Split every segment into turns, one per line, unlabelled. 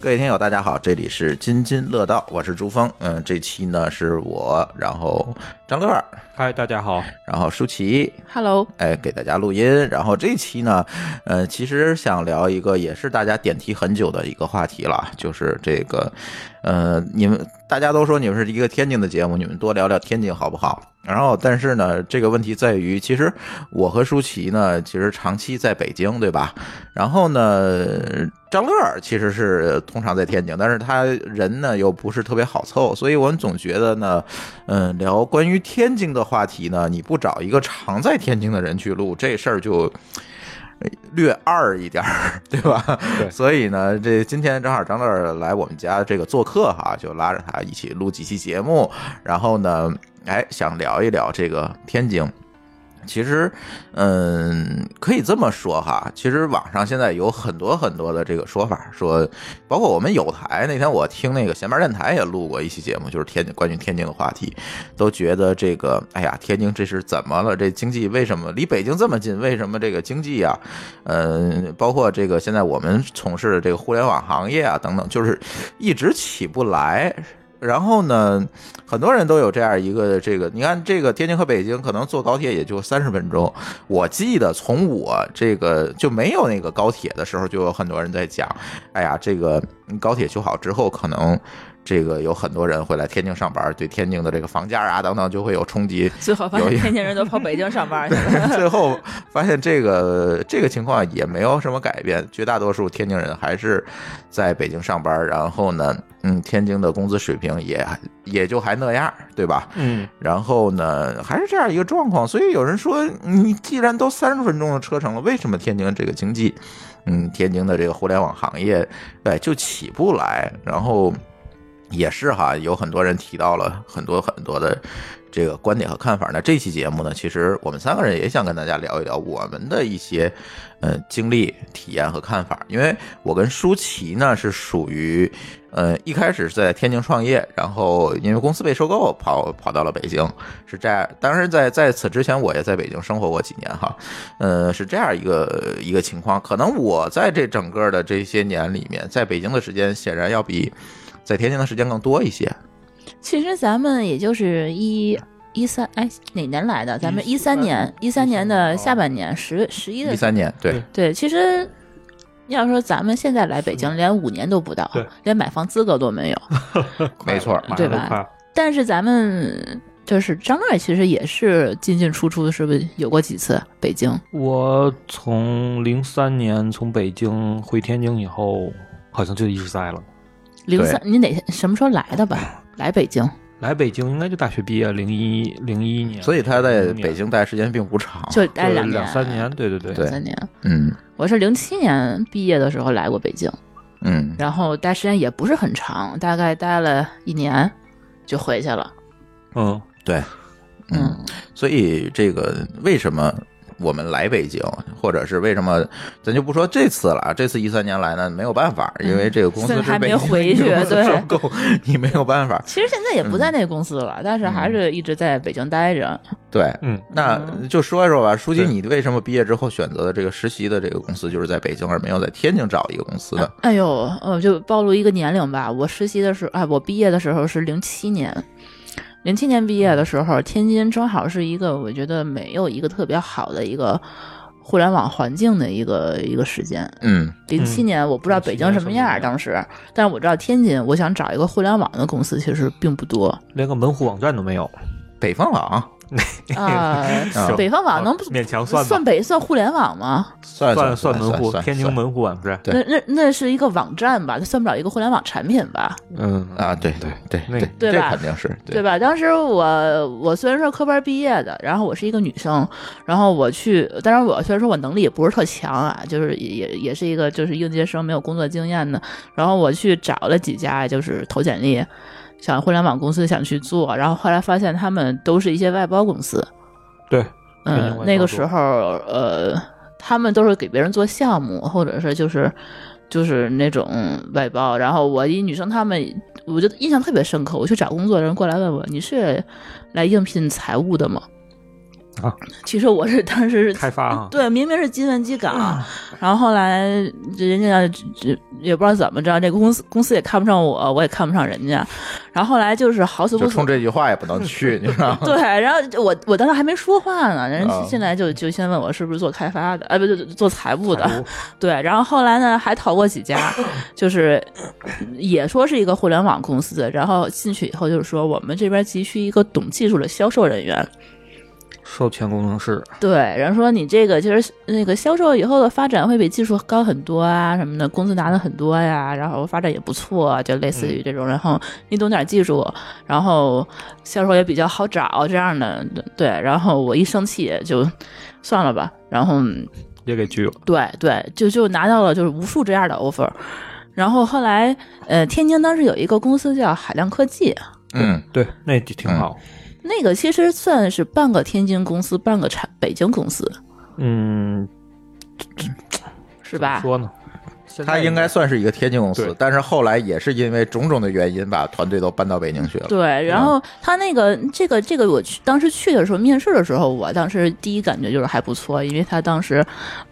各位听友，大家好，这里是津津乐道，我是朱峰。嗯，这期呢是我，然后张乐，
嗨，大家好，
然后舒淇，
Hello，
哎，给大家录音。然后这期呢，呃，其实想聊一个也是大家点题很久的一个话题了，就是这个，呃，你们大家都说你们是一个天津的节目，你们多聊聊天津好不好？然后，但是呢，这个问题在于，其实我和舒淇呢，其实长期在北京，对吧？然后呢，张乐儿其实是通常在天津，但是他人呢又不是特别好凑，所以我们总觉得呢，嗯，聊关于天津的话题呢，你不找一个常在天津的人去录这事儿就。呃略二一点儿，对吧？
对
所以呢，这今天正好张乐儿来我们家这个做客哈，就拉着他一起录几期节目，然后呢，哎，想聊一聊这个天津。其实，嗯，可以这么说哈。其实网上现在有很多很多的这个说法，说包括我们有台那天我听那个闲班电台也录过一期节目，就是天津关于天津的话题，都觉得这个哎呀，天津这是怎么了？这经济为什么离北京这么近？为什么这个经济啊？嗯，包括这个现在我们从事的这个互联网行业啊等等，就是一直起不来。然后呢，很多人都有这样一个这个，你看这个天津和北京可能坐高铁也就三十分钟。我记得从我这个就没有那个高铁的时候，就有很多人在讲，哎呀，这个高铁修好之后，可能这个有很多人会来天津上班，对天津的这个房价啊等等就会有冲击。
最后发现
有一
天津人都跑北京上班去了。
最后发现这个这个情况也没有什么改变，绝大多数天津人还是在北京上班，然后呢，嗯，天津的工资水平也也就还那样，对吧？
嗯，
然后呢，还是这样一个状况，所以有人说，嗯你既然都三十分钟的车程了，为什么天津这个经济，嗯，天津的这个互联网行业，哎，就起不来？然后也是哈，有很多人提到了很多很多的这个观点和看法。那这期节目呢，其实我们三个人也想跟大家聊一聊我们的一些呃经历、体验和看法，因为我跟舒淇呢是属于呃一开始是在天津创业，然后因为公司被收购跑跑到了北京，是这样。当然在在此之前我也在北京生活过几年哈，呃是这样一个一个情况。可能我在这整个的这些年里面，在北京的时间显然要比。在天津的时间更多一些。
其实咱们也就是一一三哎哪年来的？咱们一三年一三年的下半年十十一
一
的
三年，对
对
对，其实。要说咱们现在来北京，连五年都不到
对，
连买房资格都 没有。
没错啊
马上
对
就
吧
快了
但是咱们就是张乐，其实也是进进出出，是不是有过几次北京？
我从零三年从北京回天津以后，好像就一直在了。
零三，你哪天什么时候来的吧？来北京，
来北京应该就大学毕业，零一零一年，
所以他在北
就
京待时间并不长。
哦就待
是
两
两三年，，对对对
对
两三年。
嗯
我是零七年毕业的时候来过北京，
嗯，
然后待时间也不是很长，大概待了一年就回去了。
嗯，
对，嗯，所以这个为什么？我们来北京，或者是为什么，咱就不说这次了啊。这次一三年来呢，没有办法，因为这个公司
嗯
是
还
被
没回去
公司
对
收购， 你没有办法。
其实现在也不在那个公司了，但是还是一直在北京待着。
对，
嗯，
那
嗯
就说一说吧，书记，
对
你为什么毕业之后选择的这个实习的这个公司就是在北京，而没有在天津找一个公司
啊
呢？
哎呦，呃，就暴露一个年龄吧。我实习的时候，啊，我毕业的时候是零七年，零七年毕业的时候，天津正好是一个我觉得没有一个特别好的一个互联网环境的一个一个时间。
嗯
零七年我不知道北京什么样儿，
07年
当时，但是我知道天津，我想找一个互联网的公司其实并不多。
连个门户网站都没有。
北方网，
啊，
啊
北方网能不
勉强哦算吧
算，北算互联网吗？
算
算
算
门户，天津
算
门户啊，不是？
对
那那那是一个网站吧，它算不了一个互联网产品吧，
嗯
啊，对
对
对
那个
这
对吧
肯定是
对吧？当时我我虽然说科班毕业的，然后我是一个女生，然后我去，当然我虽然说我能力也不是特强啊，就是也也也是一个就是应届生，没有工作经验的，然后我去找了几家就是投简历，想互联网公司想去做，然后后来发现他们都是一些外包公司，
对，肯定
嗯
会，
那
高度
个时候，呃，他们都是给别人做项目，或者是就是就是那种外包。然后我一女生，她们我就印象特别深刻。我去找工作，人过来问我：“你是来应聘财务的吗？”
啊，
其实我是当时是
开啊发啊，
对，明明是金文基港，然后后来人家这这也不知道怎么着，这个公司公司也看不上我，我也看不上人家。然后后来就是好死不
就
死
冲，这句话也不能 去，你知道吗？
对，然后我我当时还没说话呢，人
啊
家进来就就先问我是不是做开发的，哎，不对，对做财
财务
务的， 对，然后后来呢还投过几家， 就是也说是一个互联网公司，然后进去以后就是说我们这边急需一个懂技术的销售人员，
授权工程师，
对，然后说你这个其实呃那个销售以后的发展会比技术高很多啊，什么的，工资拿的很多呀，然后发展也不错啊，就类似于这种。然后你懂点技术，然后销售也比较好找这样的，对。然后我一生气就算了吧，然后
也给拒了。
对对，就就拿到了就是无数这样的 offer。然后后来，呃，天津当时有一个公司叫海量科技，
嗯，
对，那就挺好。
那个其实算是半个天津公司，半个产北京公司，
嗯，
是
怎么
吧？
说呢？现
他
在
应该算是一个天津公司
对，
但是后来也是因为种种的原因，把团队都搬到北京去了。
对，然后他那个这个这个，我去当时去的时候，面试的时候，我当时第一感觉就是还不错，因为他当时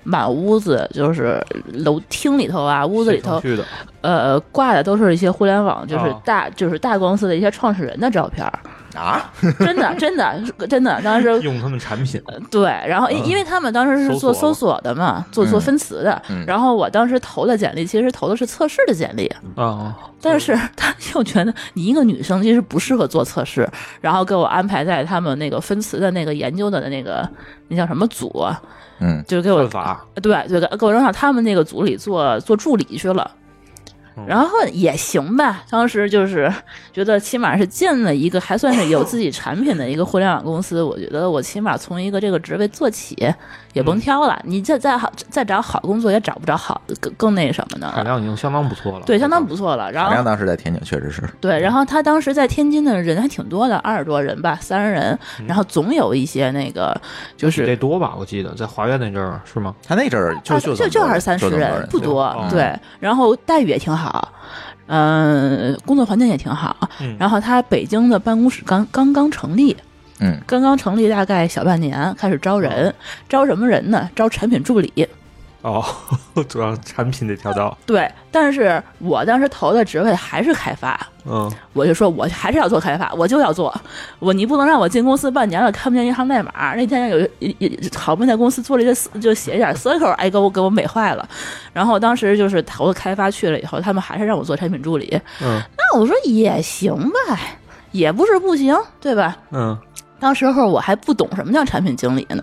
满屋子就是楼厅里头啊，屋子里头
去的，
呃挂的都是一些互联网，就是
啊
大、就是大公司的一些创始人的照片儿，
啊，
真的真的 真的，当时
用他们产品，
对，然后因因为他们当时是做搜
搜
索的嘛，做
嗯
做分词的，
嗯
然后我当时投的简历其实投的是测试的简历，
啊，
但是 他又觉得你一个女生其实不适合做测试，然后给我安排在他们那个分词的那个研究的那个那叫什么组啊，
嗯，
就是给我
算法
对对给我扔到他们那个组里做做助理去了。然后也行吧，当时就是觉得起码是进了一个还算是有自己产品的一个互联网公司， 我觉得我起码从一个这个职位做起，也甭挑了。你再再好再找好工作也找不着好更更那什么的
海
了，
量已经相当不错了。
对，相当不错了。然
海
后
亮当时在天津确实是，
对，然后他当时在天津的人还挺多的，二十多人吧，三十人，
嗯
然后总有一些那个就
比这
是。
多吧？我记得在华苑那阵儿是吗？
他那阵儿就
啊
就
就
这么多
二三十
就这么多
人
人，
不多
哦，
对。然后待遇也挺好，嗯，工作环境也挺好。
嗯
然后他北京的办公室刚刚刚成立，
嗯，
刚刚成立大概小半年，开始招
哦
人，招什么人呢？招产品助理。
哦， 主要产品这条道，
对，但是我当时投的职位还是开发，
嗯，
我就说，我还是要做开发，我就要做。我你不能让我进公司半年了，看不见银行代码。那天有一一一好不容易在公司做了一个，就写一点 circle，哎，给我给我美坏了。然后当时就是投了开发去了以后，他们还是让我做产品助理。
嗯，
那我说也行吧，也不是不行，对吧？
嗯，
当时候我还不懂什么叫产品经理呢。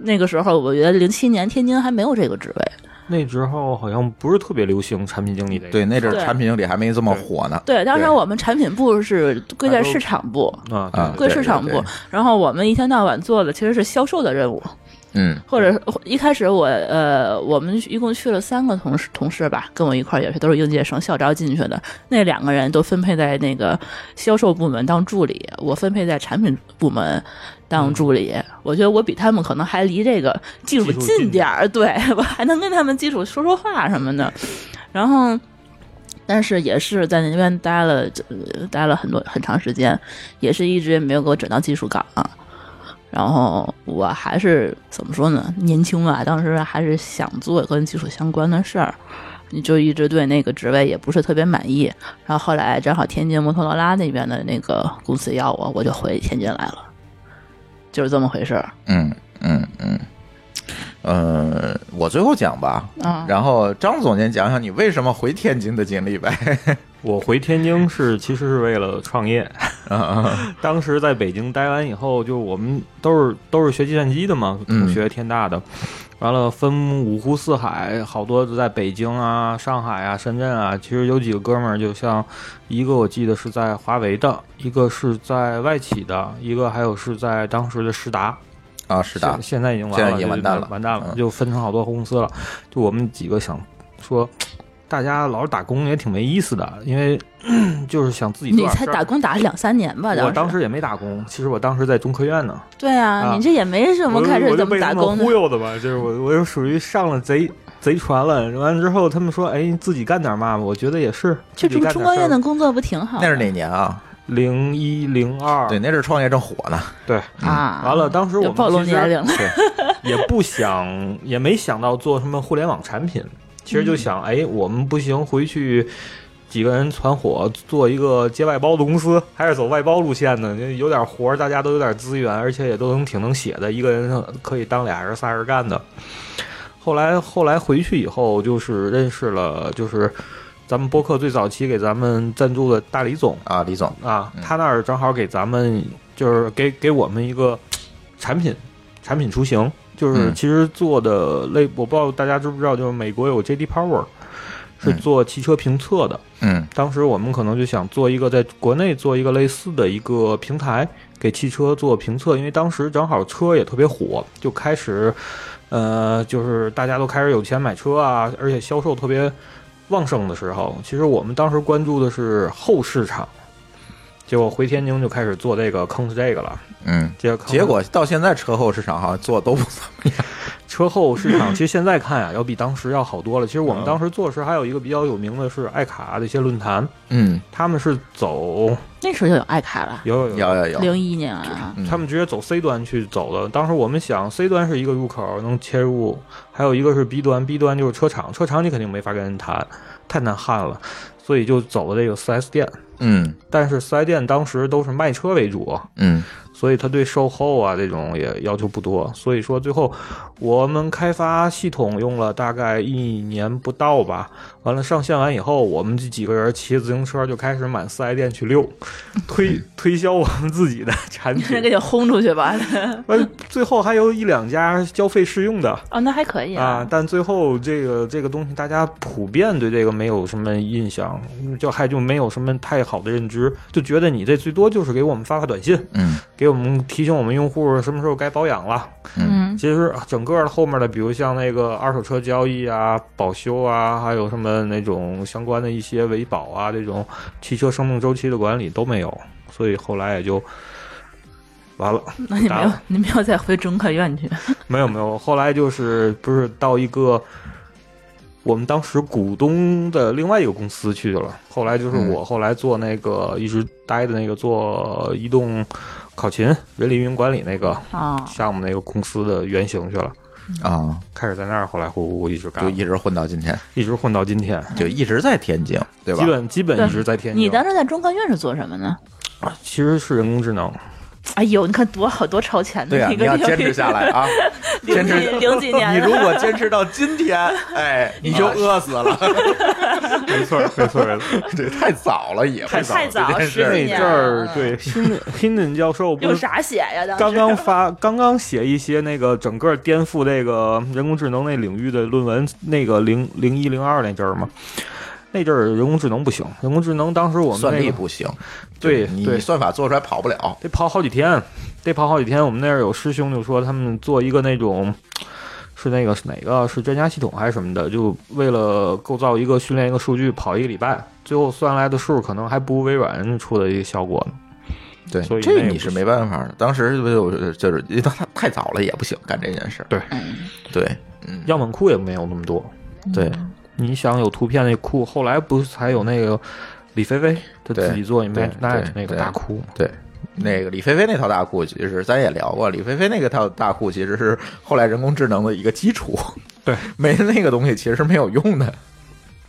那个时候，我觉得零七年天津还没有这个职位，
那时候好像不是特别流行产品经理这个。
对，那阵儿
对
产品经理还没这么火呢。
对，当时
对
我们产品部是归在市场部，
啊，
啊
对
归市场
对对
部
对，
然后我们一天到晚做的其实是销售的任务，
嗯
或者一开始我呃，我们一共去了三个同事同事吧，跟我一块儿也是都是应届生校招进去的，那两个人都分配在那个销售部门当助理，我分配在产品部门当助理。我觉得我比他们可能还离这个嗯技术
技术近
近点儿，对我还能跟他们基础说说话什么的。然后，但是也是在那边待了、呃待了很多很长时间，也是一直也没有给我整到技术岗、啊。然后我还是怎么说呢？年轻嘛，当时还是想做跟技术相关的事儿，你就一直对那个职位也不是特别满意。然后后来正好天津摩托罗拉那边的那个公司要我，我就回天津来了，就是这么回事儿。
嗯嗯嗯，呃，我最后讲吧，
啊
然后张总监讲讲你为什么回天津的经历呗。
我回天津是其实是为了创业，
啊啊
当时在北京待完以后，就我们都是都是学计算机的嘛，
嗯
同学天大的，完了分五湖四海，好多都在北京啊、上海啊、深圳啊。其实有几个哥们儿，就像一个我记得是在华为的，一个是在外企的，一个还有是在当时的实达。
啊！是的
现，现在已经完
现
了，
在已经
就
完蛋了
完蛋了，
嗯
就分成好多公司了。就我们几个想说，大家老是打工也挺没意思的，因为就是想自己做
你
点
才
事儿
打工打了两三年吧？
我当
时
时也没打工，其实我当时在中科院呢。
对啊，
啊
你这也没什么开始怎么打
我就被他
工
们
的
忽。悠的吧？就是我，我就属于上了贼贼船了。完了之后，他们说：“哎，你自己干点嘛吧。”我觉得也是，
就中中科院
的
的工作不挺好
那是哪年啊？
零一零二，
对，那是创业正火呢。
对，
啊？
完了，当时我
就暴露
们其实
年龄了。
也不想，也没想到做什么互联网产品，其实就
嗯
想，哎，我们不行，回去几个人团伙做一个接外包的公司，还是走外包路线呢？就有点活儿，大家都有点资源，而且也都能挺能写的，一个人可以当俩人、仨人干的。后来后来回去以后，就是认识了，就是咱们播客最早期给咱们赞助的大李总。
啊，李总，
啊
嗯，
他那儿正好给咱们就是给给我们一个产品产品雏形，就是
嗯
其实做的类，我不知道大家知不知道，就是美国有 JD Power 是
嗯
做汽车评测的，
嗯
当时我们可能就想做一个在国内做一个类似的一个平台，给汽车做评测，因为当时正好车也特别火，就开始，呃，就是大家都开始有钱买车啊，而且销售特别旺盛的时候，其实我们当时关注的是后市场。结果回天津就开始做这个坑是这个了，
嗯。
结果坑
结果到现在车后市场好像做的都不错。
车后市场其实现在看啊呀、要比当时要好多了。其实我们当时做时还有一个比较有名的是爱卡的一些论坛，
嗯，
他们是走
那时候就有爱卡了，
有有有
有有有，
零一年啊，
嗯
他们直接走 C 端去走的。当时我们想，C 端是一个入口能切入，还有一个是 B 端，B 端就是车厂，车厂你肯定没法跟人谈，太难焊了，所以就走了这个 4S 店。
嗯
但是 4S 店当时都是卖车为主，
嗯
所以他对售后啊这种也要求不多。所以说最后我们开发系统用了大概一年不到吧，完了上线完以后，我们这几个人骑着自行车就开始满 4S 店去溜，推推销我们自己的产品
那。给你轰出去吧。
完，最后还有一两家交费试用的
哦，那还可以
啊，但最后这个这个东西，大家普遍对这个没有什么印象，嗯就还就没有什么太好的认知，就觉得你这最多就是给我们发发短信，
嗯
给我们提醒我们用户什么时候该保养了。
嗯，
其实整个后面的，比如像那个二手车交易啊、保修啊，还有什么那种相关的一些维保啊，这种汽车生命周期的管理都没有，所以后来也就完了。
那你
打
没有，你没有再回中科院去。
没有没有，后来就是不是到一个我们当时股东的另外一个公司去了。后来就是我后来做那个一直待的那个做移动考勤人力运营管理那个
哦，
项目那个公司的原型去了，
嗯
啊，
开始在那儿，后来呼呼呼一直干
就，一直混到今天，
一直混到今天，
就一直在天津，对吧
基？本基本一直在天津。
你当时在中科院是做什么呢？
其实是人工智能，
哎呦，你看多好多超前
对
的
啊，
一
你
个
要
领域
坚持 下来啊，坚持
零几零几
你
年
如
了，
果坚持到今天，哎，你就饿死了。
啊 没错没错没错。
这太早了，也
太太早
这件事
十
那
几
儿
年
阵儿对 Hin Hin 教授不
有
是
啥写呀？当时
刚刚发，刚刚写一些那个整个颠覆这个人工智能那领域的论文，那个零零一零二那阵儿嘛，那阵儿人工智能不行，人工智能当时我们
算
那
力
个
不行，
对
你
对
你算法做出来跑不了。
得跑好几天，得跑好几天。我们那儿有师兄就说，他们做一个那种。是那个是哪个是专家系统还是什么的？就为了构造一个训练一个数据，跑一个礼拜，最后算来的数可能还不如微软出的一个效果呢。
对，
所以
这
那个
你
不
是
行
没办法的。当时就就是因为他太早了也不行，干这件事儿。
对
对，嗯，
样本库也没有那么多，
对，
你想有图片那库，后来不是还有那个李飞飞他
对
自己做
对
Imagine
对
那个
对
大库，
对，那个李飞飞那套大库，其实咱也聊过，李飞飞那个套大库其实是后来人工智能的一个基础，
对，
没那个东西其实是没有用的。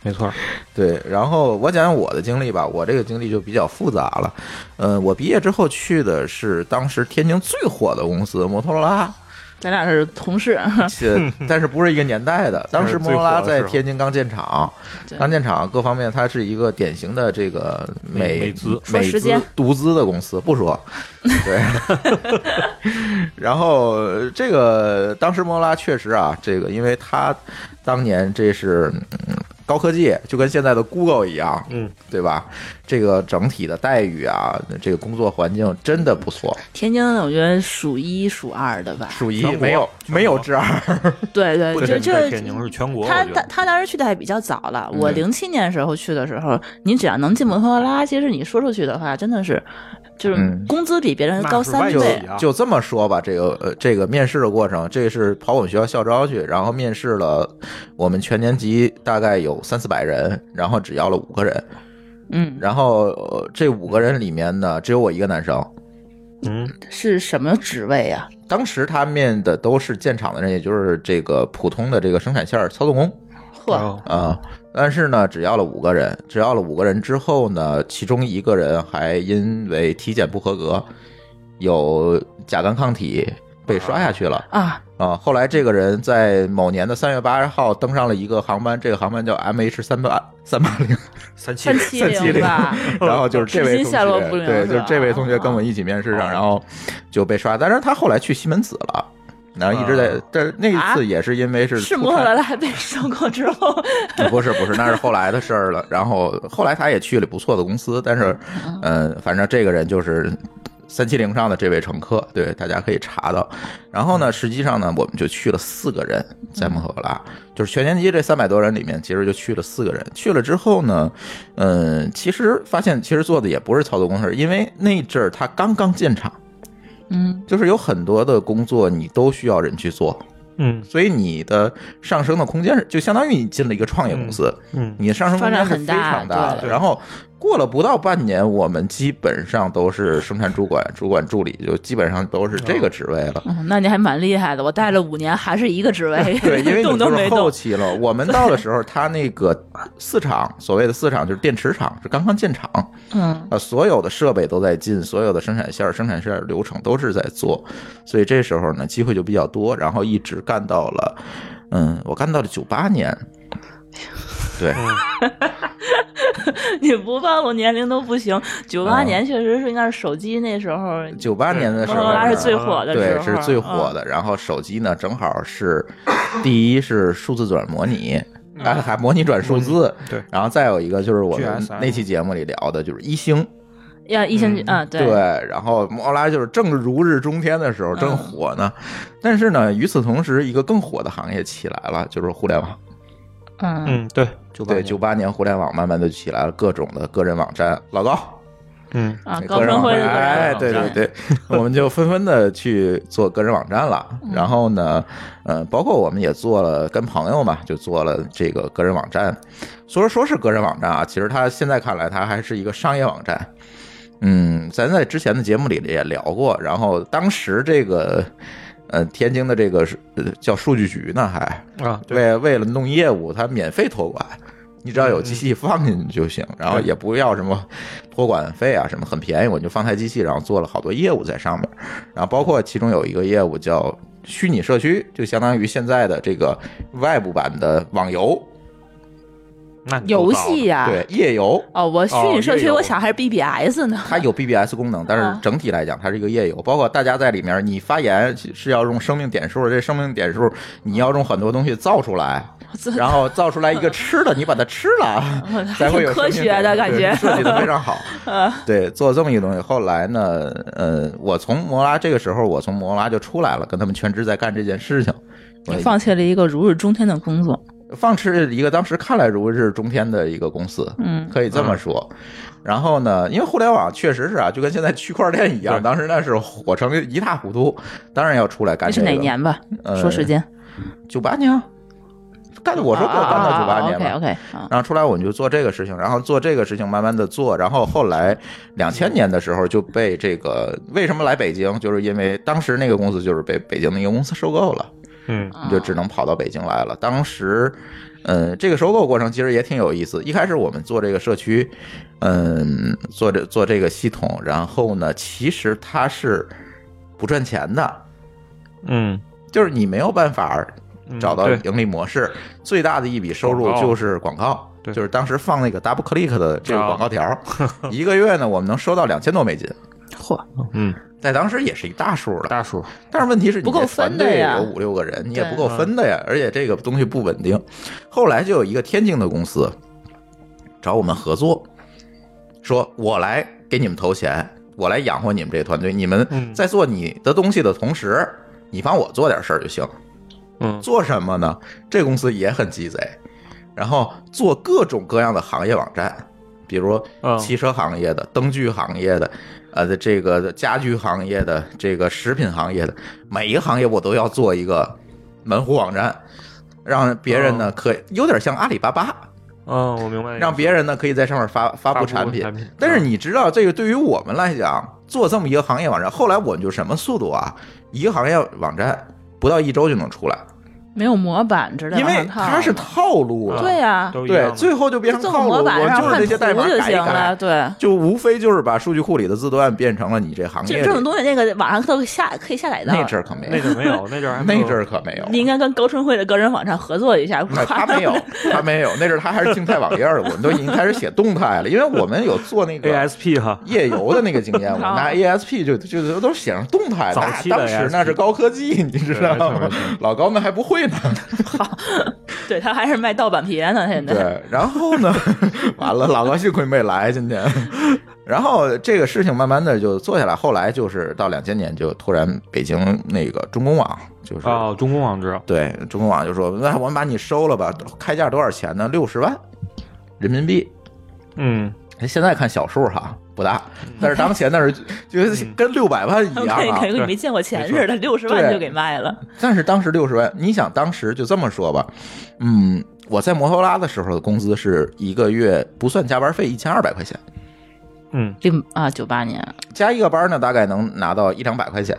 没错，
对，然后我讲讲我的经历吧，我这个经历就比较复杂了。呃嗯，我毕业之后去的是当时天津最火的公司摩托罗拉。
咱俩是同事，
且但是不是一个年代的。当时摩托拉
最火的
在
时候
天津刚建厂，
对
刚建厂各方面，它是一个典型的这个美
美资
说时间
独资的公司，不 说，对。 然后呃这个当时摩托拉确实啊，这个因为它当年这是。嗯高科技就跟现在的 Google 一样，
嗯，
对吧？这个整体的待遇啊，这个工作环境真的不错，
天津我觉得数一数二的吧。
数一
全国
没有
全国
没有之二，
对对，
不
就
仅
就是
天津，是全国。
他
我觉
他
得
他当时去的还比较早了，我
嗯
零七年时候去的时候，你只要能进摩托拉，其实你说出去的话，真的是就是
嗯
工资比别人
那
高
是
三
外
倍
企。啊，
就这么说吧，这个呃，这个面试的过程，这是跑我们学校校招去，然后面试了我们全年级大概有三四百人，然后只要了五个人，
嗯，
然后、呃这五个人里面呢，只有我一个男生。
嗯，
是什么职位啊呀？
当时他面的都是建厂的人，也就是这个普通的这个生产线儿操作工
嚯，
哦
啊、但是呢，只要了五个人，只要了五个人之后呢，其中一个人还因为体检不合格，有甲肝抗体被刷下去了。
啊，
啊，后来这个人在某年的三月八号登上了一个航班，这个航班叫 MH 三八三八零，
三七
三七零吧，
然后就是这位
哦
同
直接下落
学，
不明
对，
是
就是
吧啊
这位同学跟我一起面试上，
哦
然后就被刷，但是他后来去西门子了，然后一直在
啊，
但是那一
啊
次也是因为是
是
出
摩托
差
拉被收购之后，
不是不是，那是后来的事儿了。然后后来他也去了不错的公司，但是，嗯、反正这个人就是三七零上的这位乘客，对，大家可以查到。然后呢，实际上呢，我们就去了四个人，在摩托罗拉，就是全年级这三百多人里面，其实就去了四个人。去了之后呢，嗯、其实发现其实做的也不是操作工事，因为那阵儿他刚刚建厂，
嗯，
就是有很多的工作你都需要人去做，
嗯
所以你的上升的空间是就相当于你进了一个创业公司。
嗯，
你上升空间是非常
发展很大
的。
对
然后过了不到半年，我们基本上都是生产主管、主管助理，就基本上都是这个职位了。
嗯那你还蛮厉害的，我带了五年还是一个职位，
对， 因为
动
你
都
就
没
是
动
后。期了。我们到的时候，他那个四厂，所谓的四厂就是电池厂，是刚刚建厂，
嗯，
啊，所有的设备都在进，所有的生产线儿、生产线儿流程都是在做，所以这时候呢，机会就比较多，然后一直干到了，嗯，我干到了九八年，对，嗯
你不暴露年龄都不行。九
啊
八年确实是应该是手机那时候，
九八年的时
摩
候
托拉
呢
是最火的时
对，
候，嗯
是最火的。然后手机呢，正好是第一是数字转模拟，
嗯
啊，还模拟转数字，
对。
然后再有一个就是我们
GSM
那期节目里聊的，就是一星，
嗯。要一星
嗯
啊，
对。然后摩托拉就是正如日中天的时候，
嗯
正火呢。但是呢，与此同时，一个更火的行业起来了，就是互联网。
嗯，
嗯，对，九八
对，九八年互联网慢慢就起来了，各种的个人网站，老高。
嗯，
啊，
对
高
个人
盛
网
会
站
是多少
哎，
网
对对
嗯
站
对，我们就纷纷的去做个人网站了。
嗯
然后呢，呃，包括我们也做了跟朋友嘛，就做了这个个人网站。虽然说是个人网站啊，其实它现在看来，它还是一个商业网站。嗯，咱在之前的节目里也聊过，然后当时这个。呃，天津的这个是呃叫数据局呢，还
啊，对，
为为了弄业务，它免费托管，你只要有机器放进去就行，然后也不要什么托管费啊什么，很便宜，我就放台机器，然后做了好多业务在上面，然后包括其中有一个业务叫虚拟社区，就相当于现在的这个 Web 版的网游，
那你
游
够早
戏
的
呀、
对，页游。
哦，我虚拟社
哦也
区，
有
我想还是 BBS 呢。
它有 BBS 功能，但
啊
是整体来讲，它是一个页游，包括大家在里面，你发言是要用生命点数，这生命点数你要用很多东西造出来，
这
然后造出来一个吃的，你把它吃了， 才会有
挺科学的感觉
对
嗯
设 计的非常好。对，做这么一个东西，后来呢，呃，我从摩拉这个时候，我从摩拉就出来了，跟他们全职在干这件事情。我
你放弃了一个如日中天的工作，
放置一个当时看来如日中天的一个公司，
嗯
可以这么说。然后呢，因为互联网确实是啊，就跟现在区块链一样，
对
当时那是火成一塌糊涂，当然要出来干
那
这
是
个。
哪年吧？
呃
说时间。
九八年啊，干我说给我干到九八年嘛。
OK OK，啊，
然后出来我们就做这个事情，然后做这个事情，慢慢的做，然后后来两千年的时候就被这个为什么来北京，就是因为当时那个公司就是被北京的一个公司收购了，
嗯
你就只能跑到北京来了。当时，嗯，这个收购过程其实也挺有意思。一开始我们做这个社区，嗯，做这做这个系统，然后呢，其实它是不赚钱的，
嗯
就是你没有办法
嗯
找到
对
盈利模式，最大的一笔收入
广告
就是广告。
对
就是当时放那个 Double Click 的这个
啊
广告 条，一个月呢，我们能收到两千多美金，
嚯，
嗯，
在当时也是一大数了。
大数
但是问题是，
不够分的呀
有五六个人，你也
对
不
嗯
够分的呀，而且这个东西不稳定。后来就有一个天津的公司找我们合作，说我来给你们投钱，我来养活你们这个团队，你们
嗯
在做你的东西的同时，你帮我做点事儿就行。
嗯
做什么呢？这公司也很鸡贼，然后做各种各样的行业网站，比如
嗯
汽车行业的、灯具行业的，呃，这个家居行业的、这个食品行业的，每一个行业我都要做一个门户网站，让别人
哦
呢可以有点像阿里巴巴，
嗯，我明白，
让别人呢可以在上面发发布产品
发布产品。
但是你知道，这个对于我们来讲，做这么一个行业网站，后来我们就什么速度啊？一个行业网站不到一周就能出来，
没有模板之类的
因
往
为
上套吗，啊
它是套路了。
对呀，
都一样
对，
的
最后就变成
做
套路，
模
我
板，然后
就是那
看图
些代码
就
改一
行了，
改，
对。
就无非就是把数据库里的字段变成了你这行
这
业
这种
里。
东西，那个网上都下可以下载到。
那阵儿可没
那
有，
阵 儿没有，那阵儿还没有
那阵儿可没有。
你应该跟高春慧的个人网站合作一下，
哎他没有，他没有，那阵儿他还是静态网页儿的，我们都已经开始写动态了，因为我们有做那个
ASP 哈，
夜游的那个经验，我们
啊
拿 ASP 就就就都写上动态，
早期
那
的
当时那
ASP
是高科技，你知道
对没错没
吗？老高那还不会呢。
对他还是卖盗版碟呢，现在。
对， 然后呢，完了，老高幸亏没来今天。 然后这个事情慢慢的就做下来，后来就是到两千年就突然北京那个中公网就是、
哦，中公网知道，
对中公网就说那我们把你收了吧，开价多少钱呢？六十万人民币。
嗯，
哎现在看小数哈不大，但是当前那是就是跟六百万一
我
样
看你
啊
肯。定没见过钱似的，六十万就给卖了。
但是当时六十万，你想当时就这么说吧，嗯，我在摩托罗拉的时候的工资是一个月不算加班费一千二百块钱。
嗯，
零啊，九八年，
加一个班呢，大概能拿到一两百块钱。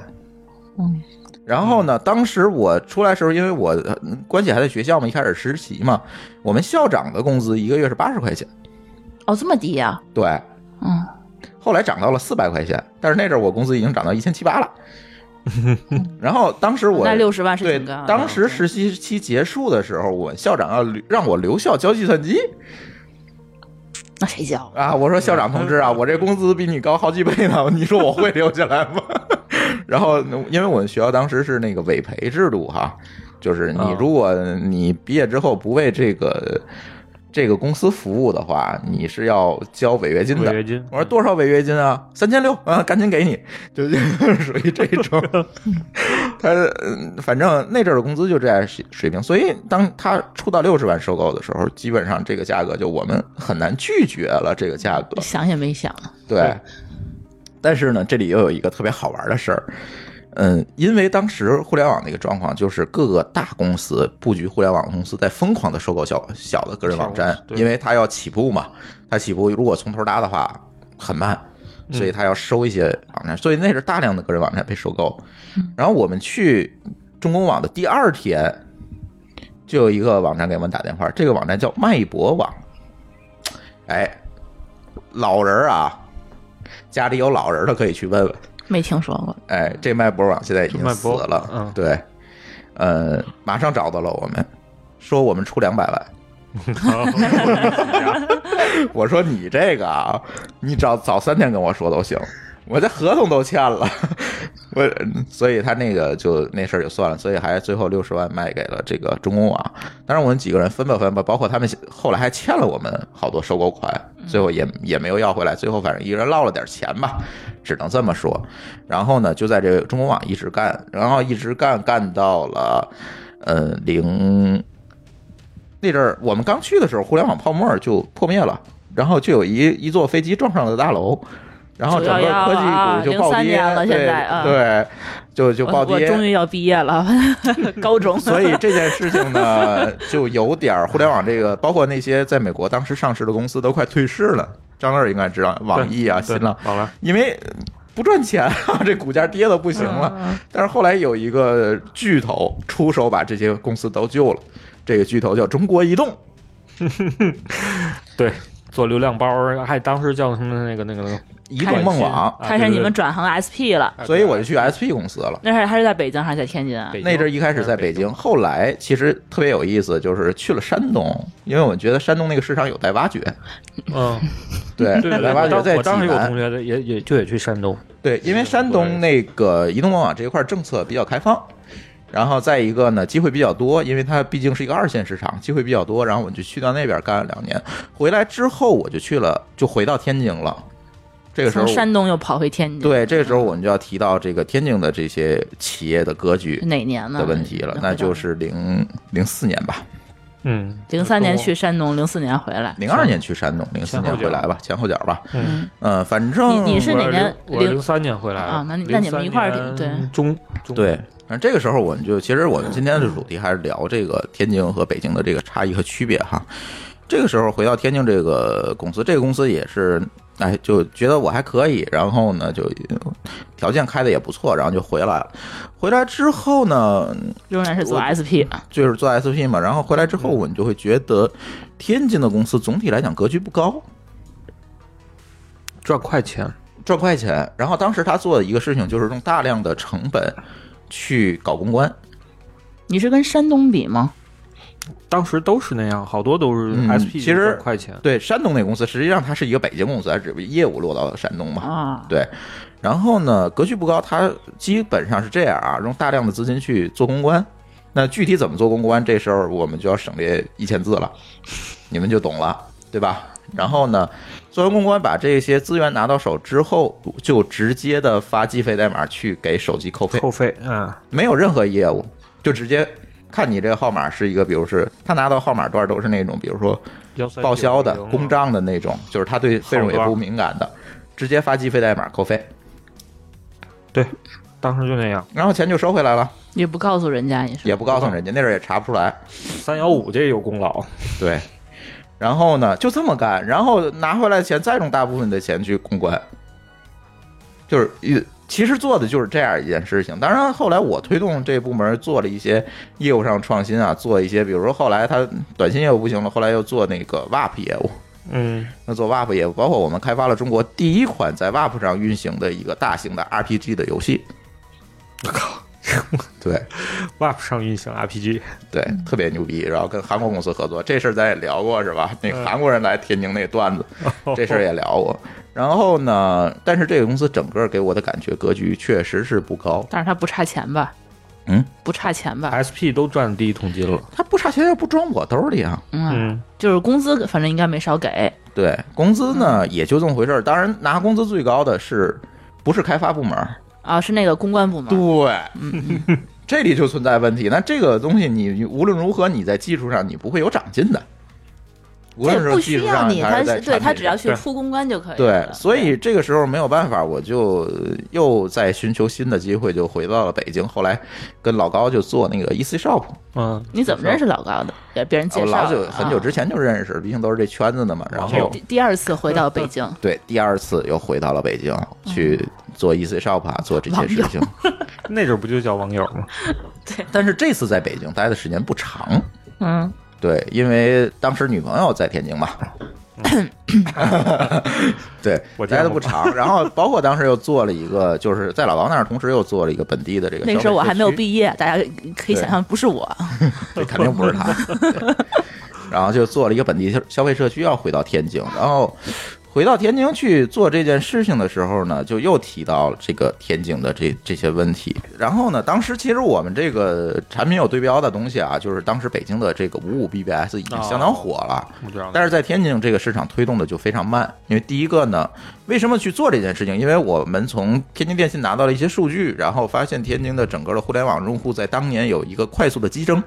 嗯，
然后呢，当时我出来的时候，因为我呃关系还在学校嘛，一开始实习嘛，我们校长的工资一个月是八十块钱，
哦，这么低呀、
对，
嗯，
后来涨到了四百块钱，但是那阵儿我工资已经涨到一千七八 了。然后当时我
那六十万是
对
挺高的。，嗯
当时实习期结束的时候，我校长要留让我留校教计算机
那谁教？
啊，我说校长同志啊，我这工资比你高好几倍呢，你说我会留下来吗？ 然后，因为我们学校当时是那个委培制度哈，就是你
啊
如果你毕业之后不为这个这个公司服务的话，你是要交违约金的。
违约金
我说多少违约金啊？三千六啊，赶紧给你，就 就属于这种。他嗯反正那阵儿的工资就这样水水平，所以当他出到六十万收购的时候，基本上这个价格就我们很难拒绝了这个价格。
想也没想，
对
对，
但是呢，这里又有一个特别好玩的事儿，嗯，因为当时互联网的一个状况就是各个大公司布局互联网公司在疯狂的收购小小的个人网站
小，公司对
因为它要起步嘛，它起步如果从头搭的话很慢，
嗯
所以它要收一些网站，所以那是大量的个人网站被收购。
嗯
然后我们去中公网的第二天，就有一个网站给我们打电话，这个网站叫脉搏网，哎，老人儿啊，家里有老人儿的可以去问问。
没听说过。
哎，这脉搏网现在已经
这脉
死
搏
了，
嗯
对，呃，马上找到了我们，说我们出两百万。 我说你这个啊，你早早三天跟我说都行，我这合同都签了， 我所以他那个就那事儿就算了，所以还最后六十万卖给了这个中公网。当然我们几个人分吧分吧，包括他们后来还欠了我们好多收购款，
嗯
最后也也没有要回来，最后反正一人落了点钱吧，只能这么说。然后呢，就在这个中公网一直干，然后一直干干到了，呃，零那阵儿我们刚去的时候，互联网泡沫就破灭了，然后就有一一座飞机撞上了大楼，然后整个
911
科
啊
技股就暴
03
跌，
年了
对
现在啊
对，就就暴
我我
跌。
终于要毕 业了，高中。
所以这件事情呢，就有点儿互联网这个，包括那些在美国当时上市的公司都快退市了。张乐应该知道，网易啊、
对
新浪，
网了，
因为呃不赚钱啊，这股价跌的不行
嗯
了。但是后来有一个巨头出手把这些公司都救了，这个巨头叫中国移动。
对，做流量包儿，还当时叫什么那个那个那个移
开
短
梦
信
网
啊
开始你们转行 SP 了，
对对
所以我就去 SP 公司了。
那是还是在北京还是在天津啊？
北京呃
那阵儿一开始在北京，后来其实特别有意思，就是去了山东，因为我觉得山东那个市场有待挖掘。
嗯，
对，
对
待
对，
挖
我
掘
当
在济
我当时有
南
同。学也也就也去山东，
对，因为山东那个移动网网这一块政策比较开放，然后再一个呢，机会比较多，因为它毕竟是一个二线市场，机会比较多。然后我就去到那边干了两年，回来之后我就去了，就回到天津了。这个时候
从，山东又跑回天津，，
对，这个时候我们就要提到这个天津的这些企业的格局
哪年呢
的问题
嗯
了，那就是零零四年吧，
嗯，
零三年去山东，零四年回来。
零二年去山东，零四
前后
年
脚
回来吧，前后脚吧。
嗯
呃，反正
你你是哪年
我是
零
零三年回来的
啊那你那你们一块儿
03
对
年中中
对，反正这个时候我们就，其实我们今天的主题还是聊这个天津和北京的这个差异和区别哈。这个时候回到天津这个公司，这个公司也是，哎，就觉得我还可以，然后呢，就条件开的也不错，然后就回来了。回来之后呢，
仍然是做啊
我
SP，
就是做 SP 嘛，然后回来之后，我们就会觉得天津的公司总体来讲格局不高，
赚快钱，
赚快钱。然后当时他做的一个事情就是用大量的成本去搞公关，
你是跟山东比吗？
当时都是那样，好多都是
嗯
SP
其实
赚快钱，
对，山东那公司实际上它是一个北京公司，它只不过业务落到山东嘛。
啊，
对，然后呢，格局不高，它基本上是这样啊，用大量的资金去做公关。那具体怎么做公关，这时候我们就要省略一千字了，你们就懂了，对吧？然后呢，做完公关，把这些资源拿到手之后，就直接的发计费代码去给手机扣费，
扣费，嗯，
没有任何业务，就直接看你这个号码是一个，比如是他拿到号码段都是那种，比如说
13
报销的
90、
公账的那种，就是他对费用也
啊好
不
吧
敏感的，直接发计费代码扣费，
对，啊当时就那样。
然后钱就收回来了，
也不告诉人家你是
也不告诉人家，那阵儿也查不出来。
三幺五这有功劳，
对，然后呢就这么干，然后拿回来的钱再用大部分的钱去公关，就是一。其实做的就是这样一件事情。当然，后来我推动这部门做了一些业务上创新啊，做一些，比如说后来他短信业务不行了，后来又做那个 WAP 业务，
嗯，
那做 WAP 业务，包括我们开发了中国第一款在 WAP 上运行的一个大型的 RPG 的游戏。我靠！ 对
WAP 上运行 RPG，
对，特别牛逼。然后跟韩国公司合作，这事儿咱也聊过是吧？那个韩国人来天津那段子，这事儿也聊过。然后呢，但是这个公司整个给我的感觉格局确实是不高，
但是他不差钱吧？
嗯，
不差钱吧？
SP 都赚第一桶金了，
他不差钱也不装我兜里啊。
嗯，
嗯，
就是工资反正应该没少给。
对，工资呢也就这么回事儿。当然，拿工资最高的是不是开发部门？
啊，是那个公关部门，
对，这里就存在问题。那这个东西你，你无论如何，你在技术上你不会有长进的，无
这
论是
不
技
需
术
要
上
你，
还
他
是在
对
产
他
品
只要
上
去出公关就可以
对
了。，
所以这个时候没有办法，我就呃又在寻求新的机会，就回到了北京。后来跟老高就做那个 EC shop，
嗯，
你怎么认识老高的？也别人介
我
绍
老久
的啊哦
很久之前就认识，毕竟都是这圈子的嘛。然
这
后
第第二次回到 北京，
对，第二次又回到了北京
哦
去做 EC shop 啊，做这些事情。
那阵儿不就叫网友吗？
但是这次在北京待的时间不长，
嗯，
对，因为当时女朋友在天津嘛。 对，
我见
待的
过
不长，然后包括当时又做了一个，就是在老王那儿，同时又做了一个本地的这个。
那时候我还没有毕业，大家可以想象不是我，
对，肯定不是他。对然后就做了一个本地消费社区，要回到天津，然后回到天津去做这件事情的时候呢，就又提到这个天津的这这些问题。然后呢，当时其实我们这个产品有对标的东西啊，就是当时北京的这个五五 BBS 已经相当火了。
我知道，
但是在天津这个市场推动的就非常慢，因为第一个呢，为什么去做这件事情？因为我们从天津电信拿到了一些数据，然后发现天津的整个的互联网用户在当年有一个快速的激增，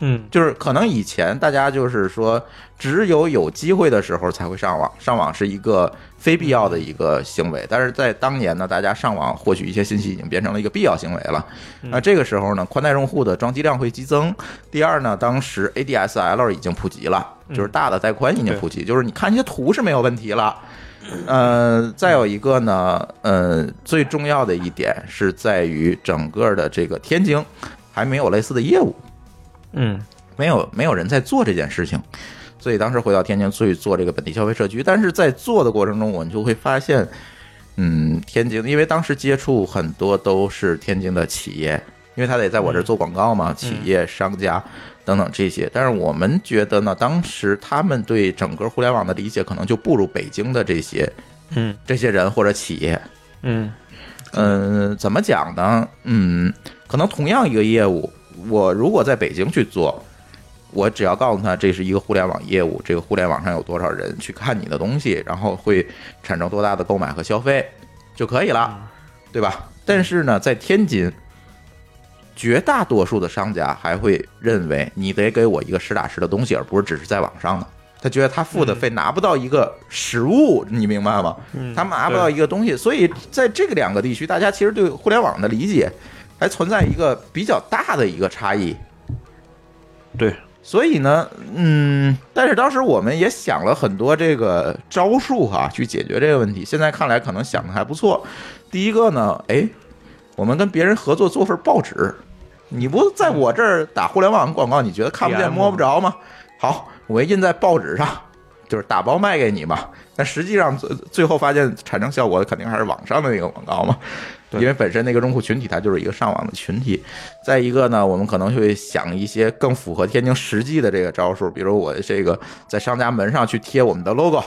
嗯，
就是可能以前大家就是说，只有有机会的时候才会上网，上网是一个非必要的一个行为。但是在当年呢，大家上网获取一些信息已经变成了一个必要行为了。那这个时候呢，宽带用户的装机量会激增。第二呢，当时 ADSL 已经普及了，就是大的带宽已经普及，就是你看一些图是没有问题了。呃，再有一个呢，呃，最重要的一点是在于整个的这个天津还没有类似的业务。
嗯，
没有没有人在做这件事情，所以当时回到天津去做这个本地消费社区，但是在做的过程中，我们就会发现，嗯，天津，因为当时接触很多都是天津的企业，因为他得在我这儿做广告嘛，企业、商家等等这些。但是我们觉得呢，当时他们对整个互联网的理解可能就不如北京的这些
嗯
这些人或者企业。
嗯
嗯，怎么讲呢？嗯，可能同样一个业务，我如果在北京去做，我只要告诉他这是一个互联网业务，这个互联网上有多少人去看你的东西，然后会产生多大的购买和消费就可以了，对吧？但是呢，在天津，绝大多数的商家还会认为你得给我一个实打实的东西，而不是只是在网上的。他觉得他付的费拿不到一个实物，你明白吗？
嗯
他拿不到一个东西，所以在这个两个地区，大家其实对互联网的理解还存在一个比较大的一个差异。
对，
所以呢，嗯，但是当时我们也想了很多这个招数哈、去解决这个问题。现在看来可能想的还不错。第一个呢，哎，我们跟别人合作做份报纸，你不在我这儿打互联网广告，你觉得看不见
DM
摸不着吗？好，我印在报纸上，就是打包卖给你嘛。但实际上最最后发现产生效果的肯定还是网上的那个广告嘛，因
对
为本身那个用户群体它就是一个上网的群体。再一个呢，我们可能会想一些更符合天津实际的这个招数，比如我这个在商家门上去贴我们的 logo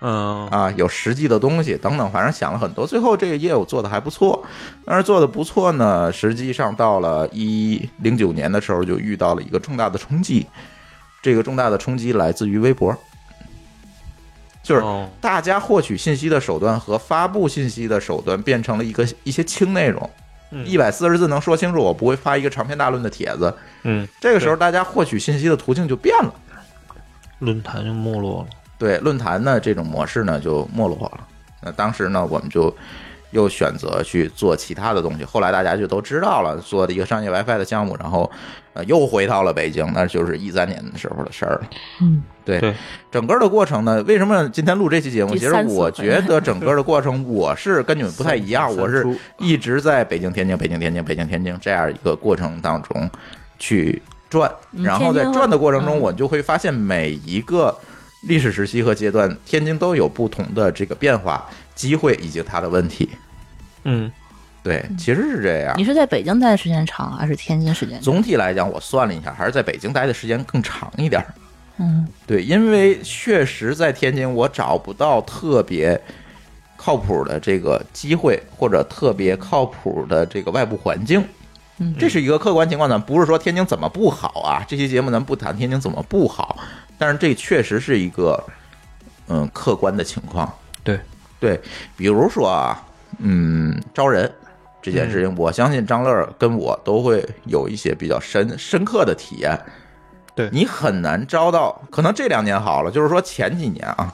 嗯
啊，有实际的东西等等，反正想了很多。最后这个业务做的还不错，但是做的不错呢，实际上到了一零九年的时候就遇到了一个重大的冲击，这个重大的冲击来自于微博，就是
哦
大家获取信息的手段和发布信息的手段变成了一个一些轻内容，
嗯
一百四十字能说清楚，我不会发一个长篇大论的帖子。
嗯，
这个时候，大家获取信息的途径就变了，
论坛就没落了。
对论坛呢这种模式呢就没落了。那当时呢，我们就又选择去做其他的东西。后来大家就都知道了，做的一个商业 WiFi 的项目，然后呃又回到了北京，那就是一三年的时候的事儿了。
嗯，
对，
对
整个的过程呢，为什么今天录这期节目？
第
其实
三次
我
回来
觉得整个的过程，我是跟你们不太一样，
三
我是
出
一直在北京、天津、北京、天津、北京、天津这样一个过程当中去转，
嗯
然后在
天津
转的过程中，
嗯
我就会发现每一个历史时期和阶段，天津都有不同的这个变化、机会以及它的问题。
嗯
对，其实是这样
你。是在北京待的时间长啊还是天津时间长？
总体来讲，我算了一下，还是在北京待的时间更长一点儿。
嗯，
对，因为确实在天津，我找不到特别靠谱的这个机会，或者特别靠谱的这个外部环境。
嗯
这是一个客观情况，咱不是说天津怎么不好啊。这期节目咱不谈天津怎么不好，但是这确实是一个嗯客观的情况。
对
对，比如说啊，嗯，招人这件事情，我相信张乐跟我都会有一些比较深深刻的体验。
对
你很难招到，可能这两年好了，就是说前几年啊，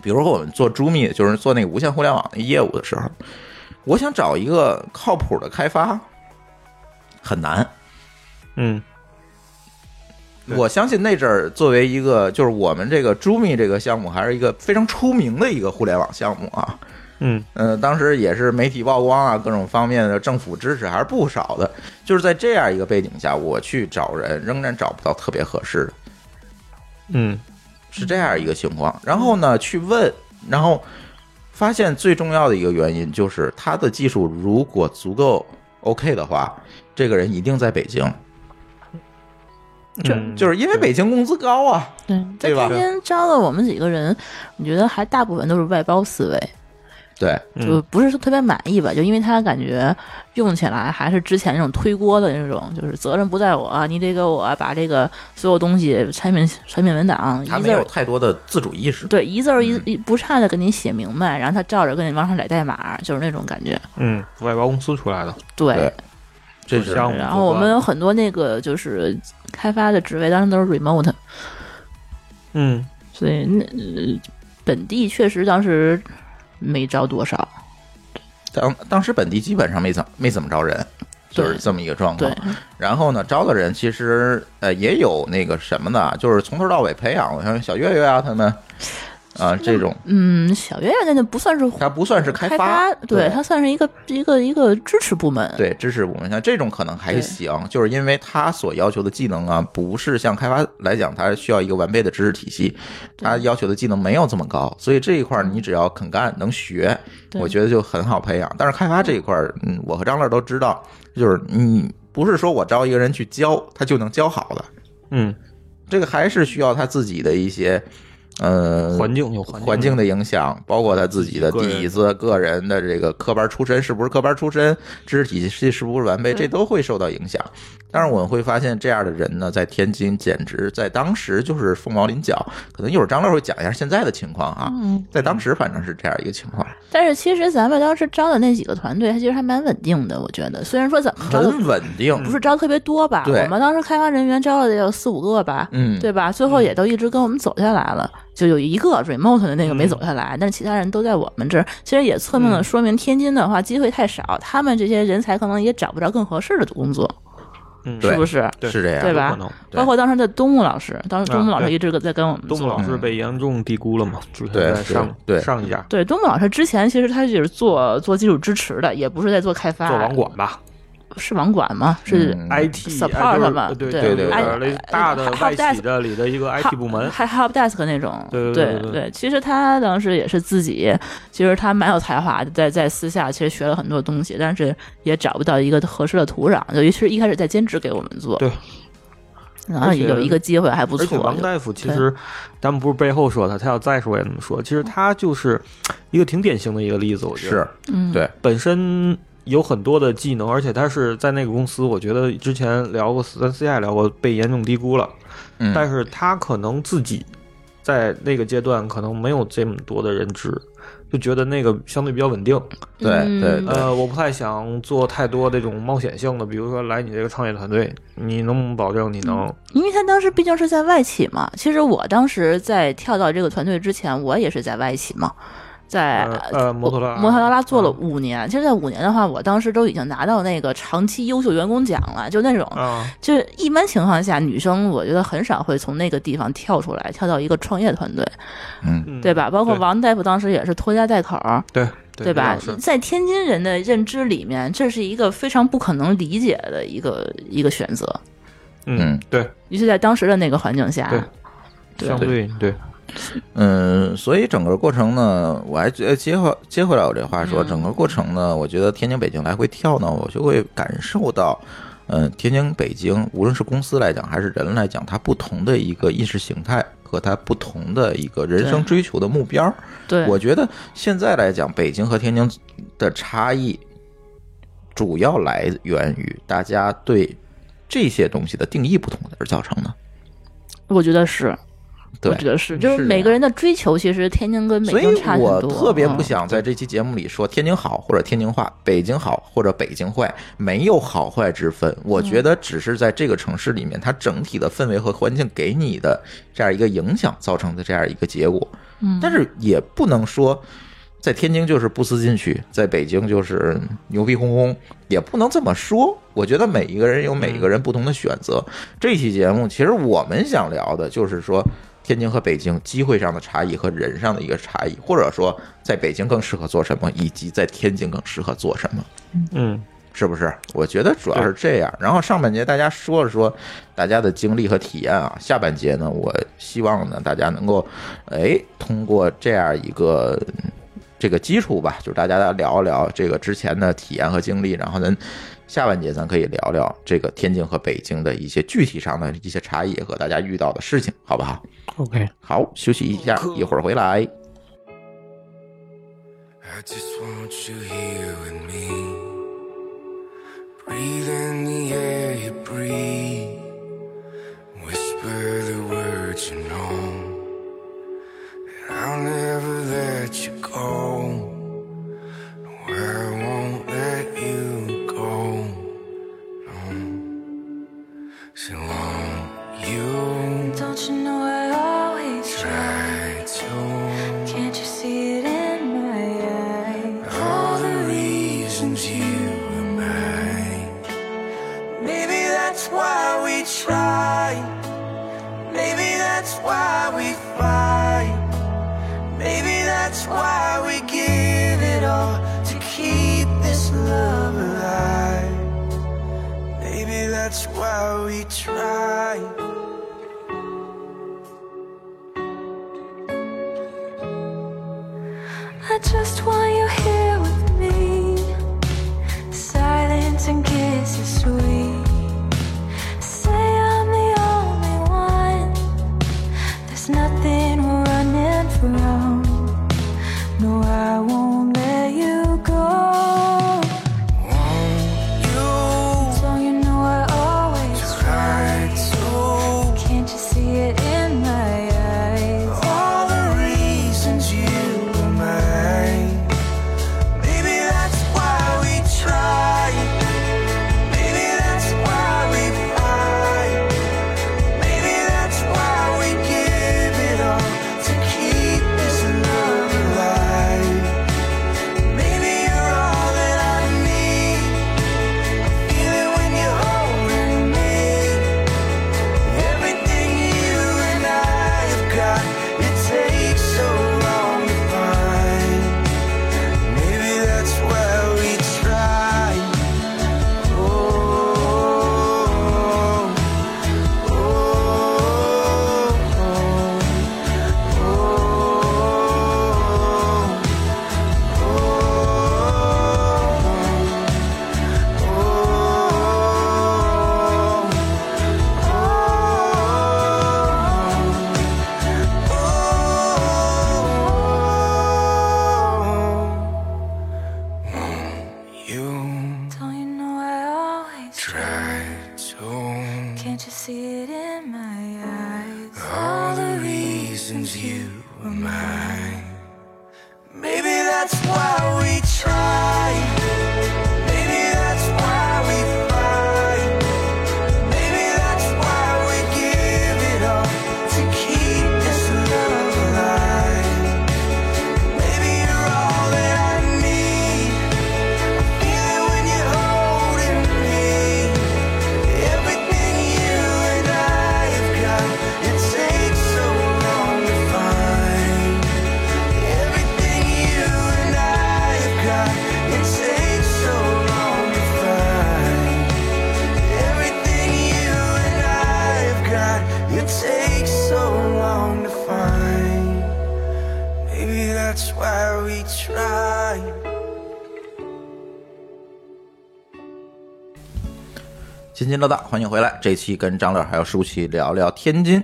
比如说我们做朱密，就是做那个无线互联网的业务的时候，我想找一个靠谱的开发很难。
嗯对
我相信那阵儿作为一个，就是我们这个朱密这个项目还是一个非常出名的一个互联网项目啊，
嗯
呃，当时也是媒体曝光啊，各种方面的政府支持还是不少的。就是在这样一个背景下，我去找人仍然找不到特别合适的，
嗯
是这样一
嗯
个情况。然后呢，去问，然后发现最重要的一个原因就是他的技术如果足够 OK 的话，这个人一定在北京，
嗯，
就是因为北京工资高啊。
对，在
对吧
天津招了我们几个人，我觉得还大部分都是外包思维，
对，
嗯
就不是说特别满意吧，就因为他感觉用起来还是之前那种推锅的那种，就是责任不在我啊，你得给我把这个所有东西产品产品文档一
他
字
没有嗯
儿。
太多的自主意识。
对，一字儿一一不差的给你写明白，然后他照着给你往上改代码，就是那种感觉。
嗯，外包公司出来的，
对，
对这
不
是
像
然后我们有很多那个就是开发的职位，当然都是 remote，
嗯
所以那、呃本地确实当时没招多少。
当当时本地基本上没怎没怎么招人，就是
对
这么一个状况
对。，
然后呢，招的人其实呃也有那个什么的，就是从头到尾培养，像小岳岳啊他们，啊，这种
嗯，小月亮那就不算是
它不算是开
开
发，
对，它算是一个一个一个支持部门。
对支持我们，像这种可能还
对
行，就是因为它所要求的技能啊，不是像开发来讲，它需要一个完备的知识体系，它要求的技能没有这么高，所以这一块儿你只要肯干能学，
对
我觉得就很好培养。但是开发这一块儿，嗯，我和张乐都知道，就是你不是说我招一个人去教，他就能教好的，
嗯，
这个还是需要他自己的一些，呃，
环境有环
环境的影响，包括他自己的底子、个人的这个科班出身是不是科班出身，知识体系是不是完备，这都会受到影响。但是我们会发现，这样的人呢，在天津简直在当时就是凤毛麟角。可能一会儿张乐会讲一下现在的情况啊，
嗯
在当时反正是这样一个情况，
但是其实咱们当时招的那几个团队，它其实还蛮稳定的，我觉得。虽然说咱们招的
很稳定，
嗯不是招特别多吧，
对
我们当时开发人员招了得有四五个吧，
嗯
对吧？最后也都一直跟我们走下来了，就有一个 remote 的那个
嗯
没走下来，但是其他人都在我们这儿，其实也侧面的说明天津的话机会太少，他们这些人才可能也找不着更合适的工作，
嗯
对
是不是？
对
是这样，
对吧
有可能
对
包括当时的东木老师，当时东木
啊
老师
对
一直在跟我们
东木
做。
老师被严重低估了嘛？之
嗯
前
对
在上
对
上一家
对，东木老师之前其实他就是做做技术支持的，也不是在做开发，
做网管吧
是网管吗？是
嗯
，IT
support
就是
嘛
对
对
对
对，
对
有点类似大的
help
外
desk
企的里的一个 IT 部门，
还 help desk 那种，
对
对
对对对
其实他当时也是自己，其实他蛮有才华的，在在私下其实学了很多东西，但是也找不到一个合适的土壤，尤其是一开始在兼职给我们做，
对，
然后
而且
有一个机会还不
而且
错，
王
就
大夫其
对
实，咱们不是背后说他，他要再说也那么说。其实他就是一个挺典型的一个例子，我觉得
是
嗯，
对
本身有很多的技能，而且他是在那个公司，我觉得之前聊过，咱私下聊过，被严重低估了。
嗯，
但是他可能自己在那个阶段可能没有这么多的认知，就觉得那个相对比较稳定。
嗯
对对对，
呃，我不太想做太多这种冒险性的，比如说来你这个创业团队，你能保证你能
因为他当时毕竟是在外企嘛，其实我当时在跳到这个团队之前，我也是在外企嘛，在
呃呃摩托罗拉
摩托罗拉做了
嗯
五年，其实，在五年的话，我当时都已经拿到那个长期优秀员工奖了，就那种
啊，
就是一般情况下，女生我觉得很少会从那个地方跳出来，跳到一个创业团队，
嗯
对吧？包括
对
王大夫当时也是拖家带口儿，
对
对吧
是？
在天津人的认知里面，这是一个非常不可能理解的一个一个选择，
嗯
嗯
对，
尤其在当时的那个环境下，对
相对对
嗯，所以整个过程呢，我还觉得呃接回接回来我这话说，
嗯
整个过程呢，我觉得天津北京来回跳呢，我就会感受到，嗯，天津北京无论是公司来讲还是人来讲，它不同的一个意识形态和它不同的一个人生追求的目标。
对，
我觉得现在来讲，北京和天津的差异，主要来源于大家对这些东西的定义不同而造成的。
我觉得是，
对
我觉得是，就是
是
每
这
个
样
人的追求，其实天津跟北
所以
京差很
我
多，
特别不
嗯
想在这期节目里说天津好或者天津话，北京好或者北京坏，没有好坏之分。我
嗯
觉得只是在这个城市里面，它整体的氛围和环境给你的这样一个影响造成的这样一个结果。
嗯
但是也不能说。在天津就是不思进取，在北京就是牛逼哄哄，也不能这么说。我觉得每一个人有每一个人不同的选择。这期节目其实我们想聊的就是说，天津和北京机会上的差异和人上的一个差异，或者说在北京更适合做什么，以及在天津更适合做什么，
嗯
是不是？我觉得主要是这样。然后上半节大家说了说大家的经历和体验啊，下半节呢，我希望呢大家能够，哎，通过这样一个。嗯这个基础吧，就是大家来聊一聊这个之前的体验和经历，然后咱下半节咱可以聊聊这个天津和北京的一些具体上的一些差异和大家遇到的事情，好不好？
，OK。
好，休息一下，一会儿回来。
I just want you here with me. Breathe in the air you breathe. Whisper the words you know. And I'll never let you go. Where I won't let you go. No. So long you
Don't you know I always try?
try to.
Can't you see it in my eyes?
All the reasons you were mine. Maybe that's why we try. Maybe that's why that's why we try.
I just want you here with me. Silence and kisses sweet. Say I'm the only one. There's nothing we're running from. No, I won't let you go.
Won't you
Don't you know I always
try to?
Can't you see it in my eyes?
All the reasons you were mine. Maybe that's why we try. Maybe that's why we fight. Maybe that's why we give it all to keep this love alive. Maybe you're all that I need. Feel it when you're holding me. Everything you and I have got, it takes so long to find. Maybe that's why we try. Oh, oh, oh, oh, oh, oh. You
Don't you know I always
tried to
Can't you see it in my eyes?
all the reasons you were mine. Maybe that's why we try. Maybe that's why we fight. Maybe that's why we give it all to keep this love alive. Maybe you're all that I need. Feel it when you're holding me. Everything you and I have got, it takes so long to find. Everything you and I have got, it takes so long to find. Everything you and I have got, it takes so long to find. Maybe that's why we try.
津津乐道，欢迎回来。这期跟张乐还有舒淇聊聊天津。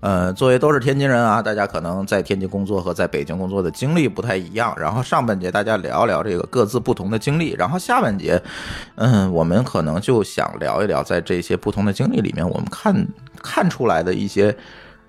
呃，作为都是天津人啊，大家可能在天津工作和在北京工作的经历不太一样。然后上半节大家聊一聊这个各自不同的经历，然后下半节，嗯，我们可能就想聊一聊在这些不同的经历里面，我们看看出来的一些。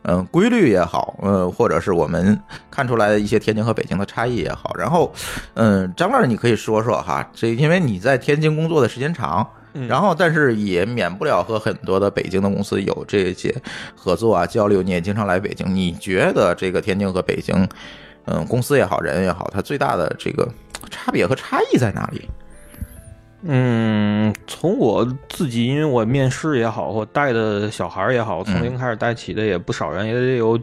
嗯，规律也好，呃，或者是我们看出来的一些天津和北京的差异也好，然后，嗯，张乐，你可以说说哈，这因为你在天津工作的时间长，然后但是也免不了和很多的北京的公司有这些合作啊、交流，你也经常来北京，你觉得这个天津和北京，嗯，公司也好，人也好，它最大的这个差别和差异在哪里？
嗯，从我自己，因为我面试也好，或带的小孩儿也好，从零开始带起的也不少人，也得有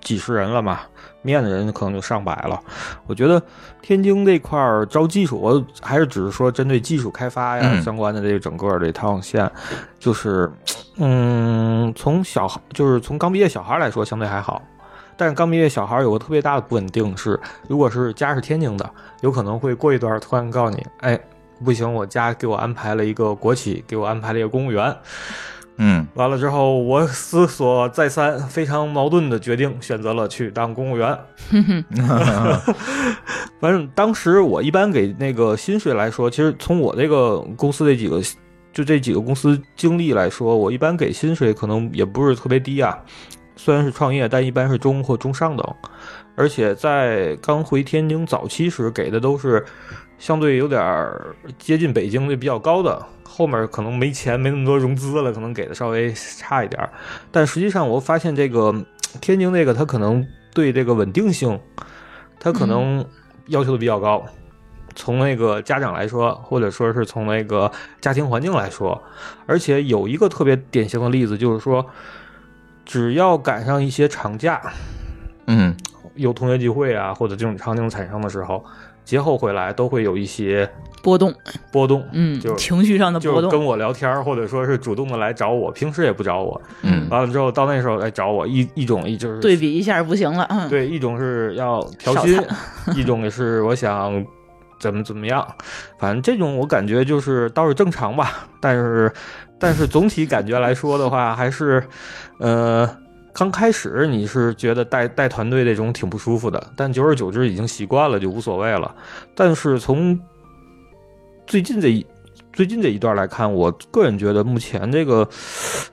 几十人了嘛。面的人可能就上百了。我觉得天津这块儿招技术，我还是只是说针对技术开发呀、
嗯
相关的这整个这套线，就是嗯，从小孩就是从刚毕业小孩来说，相对还好。但是刚毕业小孩有个特别大的不稳定是，如果是家是天津的，有可能会过一段儿突然告诉你，哎，不行，我家给我安排了一个国企，给我安排了一个公务员。
嗯
完了之后，我思索再三，非常矛盾的决定，选择了去当公务员。
嗯
反正当时我一般给那个薪水来说，其实从我这个公司这几个，就这几个公司经历来说，我一般给薪水可能也不是特别低啊。虽然是创业，但一般是中或中上等，而且在刚回天津早期时给的都是相对有点儿接近北京的比较高的，后面可能没钱没那么多融资了，可能给的稍微差一点儿。但实际上我发现这个天津这个它可能对这个稳定性，它可能要求的比较高。从那个家长来说，或者说是从那个家庭环境来说，而且有一个特别典型的例子，就是说，只要赶上一些长假，
嗯
有同学聚会啊，或者这种场景产生的时候，节后回来都会有一些
波动，
波动，
嗯
就，是
情绪上的
就
波
是跟
动，
我聊天儿，或者说是主动的来找我，平时也不找我，
嗯
完了之后到那时候来找我，一一种一就是
对比一下不行了，嗯，
对，一种是要调
少
薪， 一种也是我想怎么怎么样，反正这种我感觉就是倒是正常吧，但是但是总体感觉来说的话，还是呃刚开始你是觉得带带团队这种挺不舒服的，但久而久之已经习惯了，就无所谓了。但是从最近这一。最近这一段来看，我个人觉得目前这个，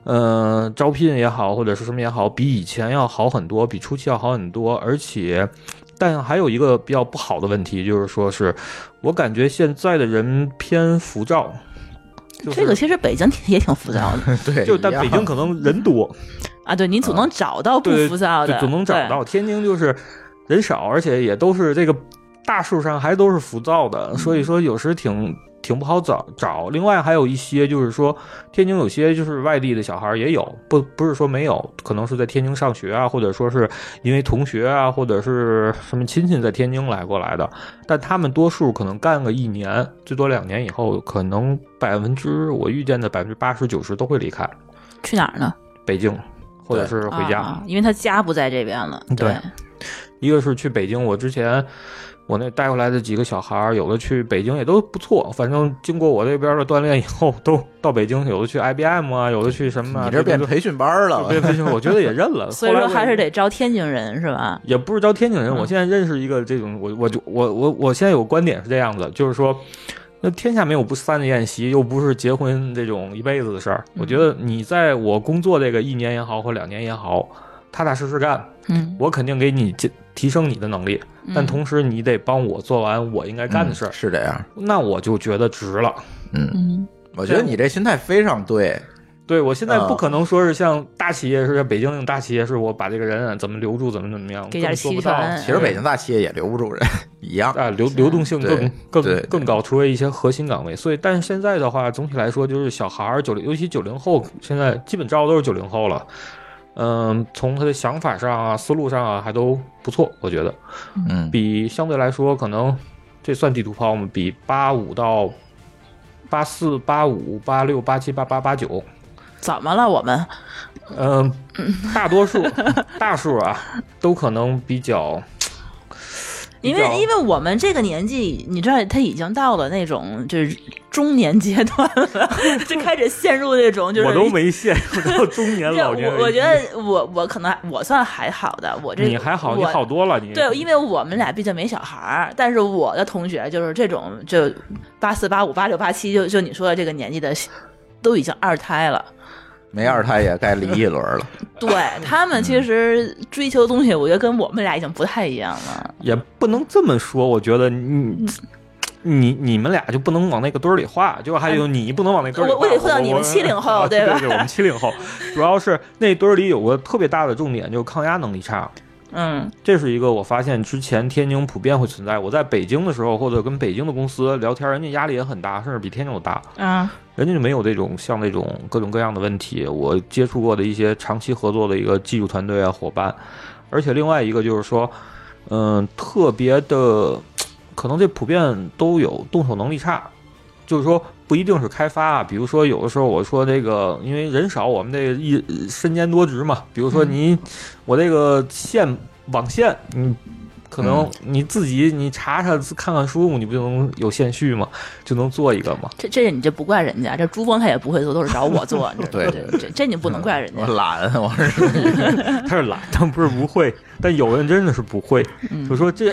呃，招聘也好，或者是什么也好，比以前要好很多，比初期要好很多。而且，但还有一个比较不好的问题，就是说是我感觉现在的人偏浮躁，就是、
这个其实北京也挺浮躁的
对，
就但
一样
北京可能人多，
啊，对你总能找到不
对
浮躁
对
的，，
总能找
对。
到。天津就是人少，而且也都是这个大树上还都是浮躁的，
嗯
所以说有时挺挺不好找找。另外还有一些就是说，天津有些就是外地的小孩儿也有，不不是说没有，可能是在天津上学啊，或者说是因为同学啊，或者是什么亲戚在天津来过来的，但他们多数可能干个一年，最多两年以后，可能百分之我遇见的百分之八十九十都会离开
去哪儿呢？
北京，或者是回家。
啊，因为他家不在这边了。
对一个是去北京，我之前我那带回来的几个小孩儿，有的去北京也都不错，反正经过我这边的锻炼以后，都到北京，有的去 IBM 啊，有的去什么啊、
你这变培训班儿了，嗯
变培训，我觉得也认了。
所以
后
说
来我
还是得招天津人是吧？
也不是招天津人，
嗯
我现在认识一个这种，我我就我我我现在有观点是这样子，就是说，那天下没有不散的宴席，又不是结婚这种一辈子的事儿。
嗯
我觉得你在我工作这个一年也好或两年也好，踏踏实实干，
嗯，
我肯定给你提提升你的能力，但同时你得帮我做完我应该干的事儿
嗯，是这样。
那我就觉得值了。
嗯，
嗯，
我觉得你这心态非常对，
对我现在
啊
不可能说是像大企业似的，北京那种大企业是我把这个人啊怎么留住，怎么怎么样，
给
根
点
本做
期
不到。
权
其实北京大企业也留不住人， 一样。
啊，流流动性
对
更
对
更
对
更高，除非一些核心岗位。所以，但是现在的话，总体来说就是小孩儿九零，尤其九零后，现在基本招都是九零后了。嗯，从他的想法上啊、思路上啊，还都不错，我觉得
嗯，
比相对来说，可能这算地图炮吗？比八五到八四、八五、八六、八七、八八、八九，
怎么了？我们
嗯，大多数大数啊，都可能比较
因
比较
为因为我们这个年纪，你知道他已经到了那种就是中年阶段了， 就开始陷入那种 就是
我都没陷入到中年
这
老年
我我
危机
觉得我我可能我算还好的，我这
你还好，你
我
好多了，你
对，因为我们俩毕竟没小孩儿，但是我的同学就是这种，就八四、八五、八六、八七，就就你说的这个年纪的，都已经二胎了。
没二胎也该离一轮了。
对他们其实追求的东西，我觉得跟我们俩已经不太一样了。
也不能这么说，我觉得你。你你们俩就不能往那个堆儿里划，就还有你不能往那堆儿里
我我得划到你们70后
对
对吧
对对，我们七零后，主要是那堆儿里有个特别大的重点，就是抗压能力差。
嗯
这是一个我发现之前天津普遍会存在。我在北京的时候，或者跟北京的公司聊天，人家压力也很大，甚至比天津都大。
嗯
人家就没有这种像那种各种各样的问题。我接触过的一些长期合作的一个技术团队啊伙伴，而且另外一个就是说，嗯、特别的，可能这普遍都有动手能力差，就是说不一定是开发啊，比如说有的时候我说这个，因为人少，我们这一身兼多职嘛，比如说你、我这个线网线，你可能
嗯
你自己你查查看看书，你不就能有线序吗？就能做一个吗？
这这你这不怪人家，这珠峰他也不会做，都是找 我做。你知道吗
对嗯
这这这你不能怪人
我
家。
懒，我是
他是懒，但不是不会。但有人真的是不会，就说这，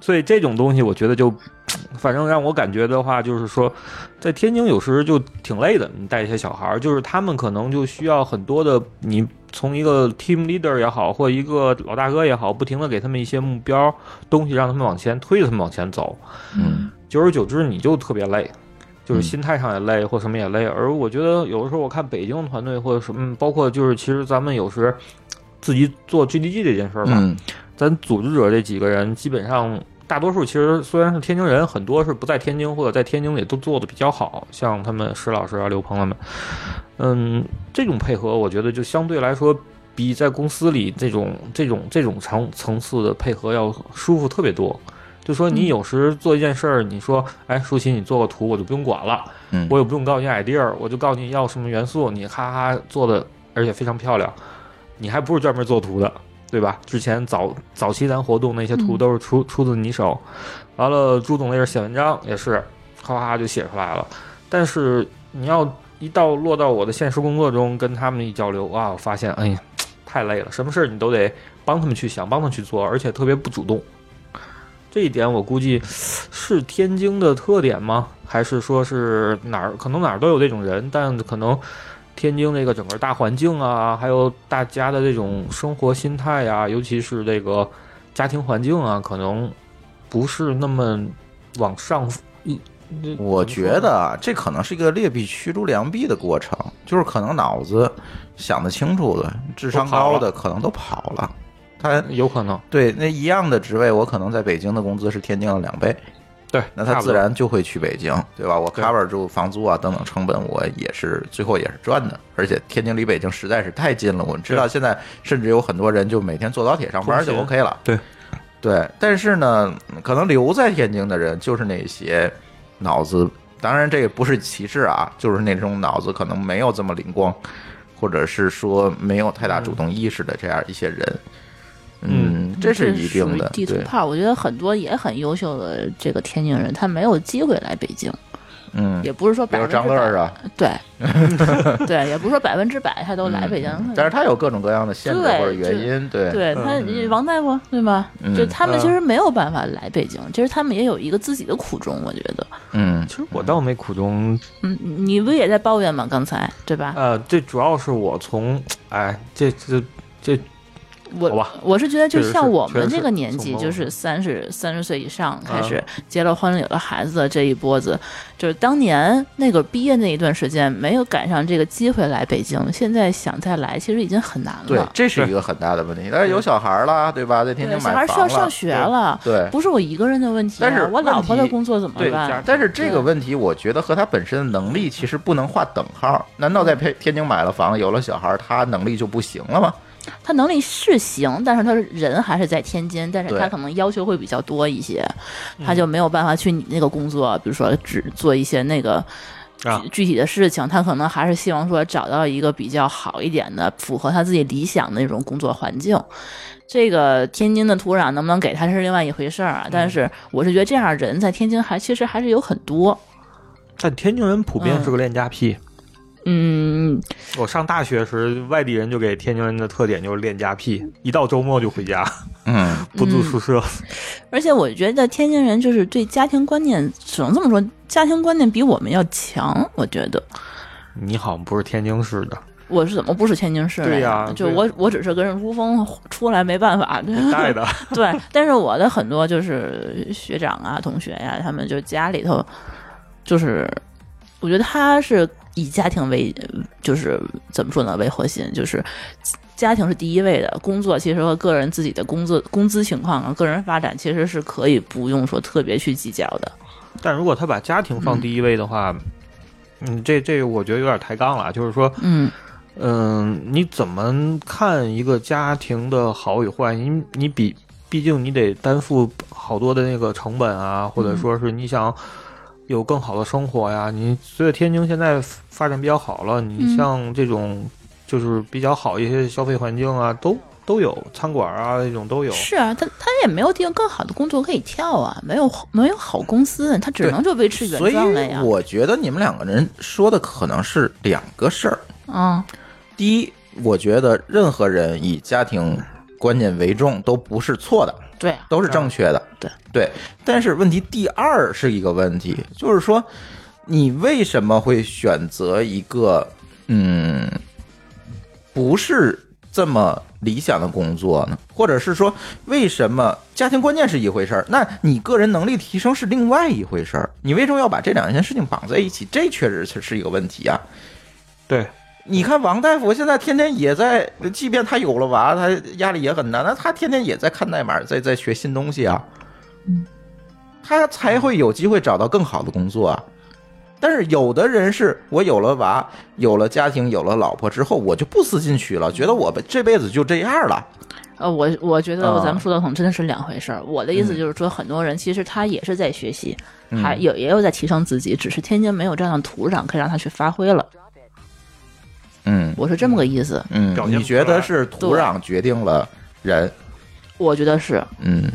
所以这种东西，我觉得就，反正让我感觉的话，就是说，在天津有时就挺累的。你带一些小孩儿，就是他们可能就需要很多的你。从一个 team leader 也好，或一个老大哥也好，不停的给他们一些目标东西，让他们往前推，他们往前走。
嗯
久而久之你就特别累，就是
嗯
心态上也累，或什么也累。而我觉得有的时候我看北京的团队或者什么，嗯包括就是其实咱们有时自己做 GDG 这件事儿吧，
嗯
咱组织者这几个人基本上。大多数其实虽然是天津人，很多是不在天津或者在天津也都做的比较好，像他们石老师啊、刘鹏他们，嗯，这种配合我觉得就相对来说比在公司里这种这种这种层层次的配合要舒服特别多。就说你有时做一件事儿，你说，哎，舒淇，你做个图，我就不用管了，
嗯
我也不用告诉你 idea，我就告诉你要什么元素，你哈哈做的，而且非常漂亮，你还不是专门做图的，对吧？之前早早期咱活动那些图
嗯
都是出、出自你手，完了朱总那边写文章也是，哈哈就写出来了，但是你要一到落到我的现实工作中，跟他们一交流，哇，我发现，哎呀，太累了，什么事儿你都得帮他们去想，帮他们去做，而且特别不主动。这一点我估计是天津的特点吗？还是说是哪儿？可能哪儿都有这种人，但可能天津这个整个大环境啊，还有大家的这种生活心态啊，尤其是这个家庭环境啊，可能不是那么往上一。这
我
怎么说
觉
呢
得啊这可能是一个劣币驱逐良币的过程，就是可能脑子想得清楚的、智商高的可能都跑了。他
有可能，
对那一样的职位，我可能在北京的工资是天津的两倍，
对，
那
差
他
不
自
多
然就会去北京，对吧？我
对
cover 住房租啊等等成本，我也是最后也是赚的。而且天津离北京实在是太近了，我们知道现在甚至有很多人就每天坐高铁上班就
通勤
OK 了。
对，
对。但是呢，可能留在天津的人就是那些脑子，当然这个不是歧视啊，就是那种脑子可能没有这么灵光，或者是说没有太
嗯
大主动意识的这样一些人。嗯，这是一定的
属于，地图
对，
炮，我觉得很多也很优秀的这个天津人，他没有机会来北京，
嗯，
也不是说
比
百
如
分之
张乐
百
儿啊，
对，对，也不是说百分之百他都来北京
嗯，但是他有各种各样的限制
对
或者原因，对
对他
嗯
王大夫对吧？
嗯
就他们
嗯
其实没有办法来北京，其实他们也有一个自己的苦衷，我觉得，
嗯
其实我倒没苦衷，
嗯，你不也在抱怨吗？刚才对吧？
啊
呃，这主要是我从，哎，这这这，好
我
吧
我是觉得，就
确实
像
是
我
确
们
实
这
是
个年
从
纪，
某
就
种
嗯
是三十三十岁以上开始结了婚、有了孩子的这一波子，就是当年那个毕业那一段时间没有赶上这个机会来北京，现在想再来其实已经很难了。
对，这是一个很大的问题。但是有小孩儿啦，对吧？在天
对，
津
小
买
孩
房
需要上学了，
对
不是我一个人的问题啊、
但是
我老婆
问
的
题
工作怎么
对
办？，
但是这个问题，我觉得和他本身的能力其实不能划等号。难
嗯
道在天天津买了房，有了小孩儿，他能力就不行了
嗯
吗？
他能力是行，但是他人还是在天津，但是他
对嗯
可能要求会比较多一些，他就没有办法去你那个工作，比如说只做一些那个。
啊
具具体的事情，他可能还是希望说找到一个比较好一点的、符合他自己理想的那种工作环境。这个天津的土壤能不能给他是另外一回事儿啊，但是我是觉得这样的人在天津还其实还是有很多。
但天津人普遍
嗯
是个恋家癖。
嗯，
我上大学时，外地人就给天津人的特点就是恋家癖，一到周末就回家，
嗯，
不住宿舍。
而且我觉得天津人就是对家庭观念，只能这么说，家庭观念比我们要强。我觉得
嗯你好像不是天津市的，
我是怎么不是天津市来
对
的？
呀
就
对
我我只是跟人珠峰出来，没办法。 对
带的。
对，但是我的很多就是学长啊、同学呀、他们就家里头，就是我觉得他是以家庭为，就是怎么说呢，为核心，就是家庭是第一位的，工作其实和个人自己的工作、工资情况啊、个人发展其实是可以不用说特别去计较的。
但如果他把家庭放第一位的话，嗯，这这个我觉得有点抬杠了。啊就是说，
嗯
嗯，你怎么看一个家庭的好与坏？你你比，毕竟你得担负好多的那个成本啊，或者说是你想有更好的生活呀。你随着天津现在发展比较好了，你
嗯
像这种就是比较好一些消费环境啊，都都有餐馆啊那种都有。
是啊，他他也没有地方更好的工作可以跳啊，没有好没有好公司，他只
对
能就维持
所
原
以
状了呀。
我觉得你们两个人说的可能是两个事儿。
嗯，
第一，我觉得任何人以家庭观念为重都不是错的，
对啊，
都是正确的。
对
对，但是问题第二是一个问题，就是说你为什么会选择一个嗯不是这么理想的工作呢？或者是说，为什么家庭观念是一回事儿，那你个人能力提升是另外一回事儿？你为什么要把这两件事情绑在一起？这确实是是一个问题啊。
对，
你看王大夫现在天天也在，即便他有了娃，他压力也很大，那他天天也在看代码，在在学新
嗯
东西啊，他才会有机会找到更好的工作啊。但是有的人是我有了娃，有了家庭，有了老婆之后，我就不思进取了，觉得我这辈子就这样了。
呃，我我觉得
啊
咱们说的可能真的是两回事儿。我的意
嗯
思就是说，很多人其实他也是在学习，还有也有在提升自己，只是天津没有这样的土壤可以让他去发挥了。
嗯
我是这么个意思，
嗯
表，现
你
不出
觉得
来
是土壤决定了人？
我觉得是
嗯，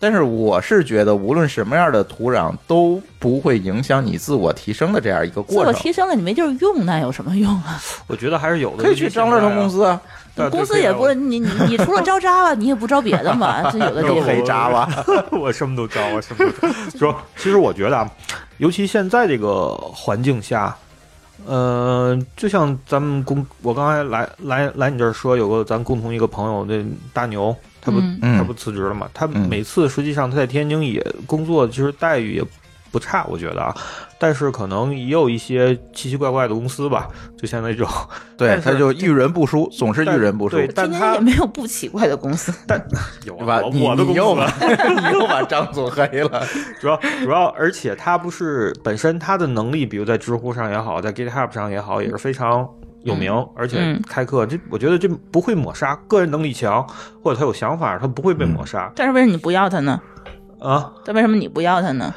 但是我是觉得，无论什么样的土壤都不会影响你自我提升的这样一个
自
过
我
程。啊
提升了，你没地儿用，那有什么用啊？
我觉得还是有的。
可以去张乐成公，司啊，
对
公司
对
也
对
不是你你你除了招渣吧，你也不招别 的嘛，这有
对
的地
又
我
方
黑渣了。
我什么都招，我什么都招。 主要其实我觉得啊，尤其现在这个环境下，呃，就像咱们共，我刚才来来来你这儿说，有个咱共同一个朋友，那大牛，他不、
嗯
嗯
他不辞职了嘛？他
嗯
每次实际上他在天津也工作，其实待遇也。不差，我觉得啊，但是可能也有一些奇奇怪怪的公司吧，就像那种，
对，
但是
他就遇人不淑，总是遇
但
人不淑。
对，但
天津
他
也没有不奇怪的公司。
有
对
啊
吧？
我
你
我的
你
公
又
司
把你又把张总黑了，
主要主要，而且他不是本身他的能力，比如在知乎上也好，在 GitHub 上也好，也是非常有名，而且
嗯
开课这我觉得这不会抹杀，个人能力强或者他有想法，他不会被
嗯
抹杀、
但是为什么你不要他呢？
啊。
但为什么你不要他呢？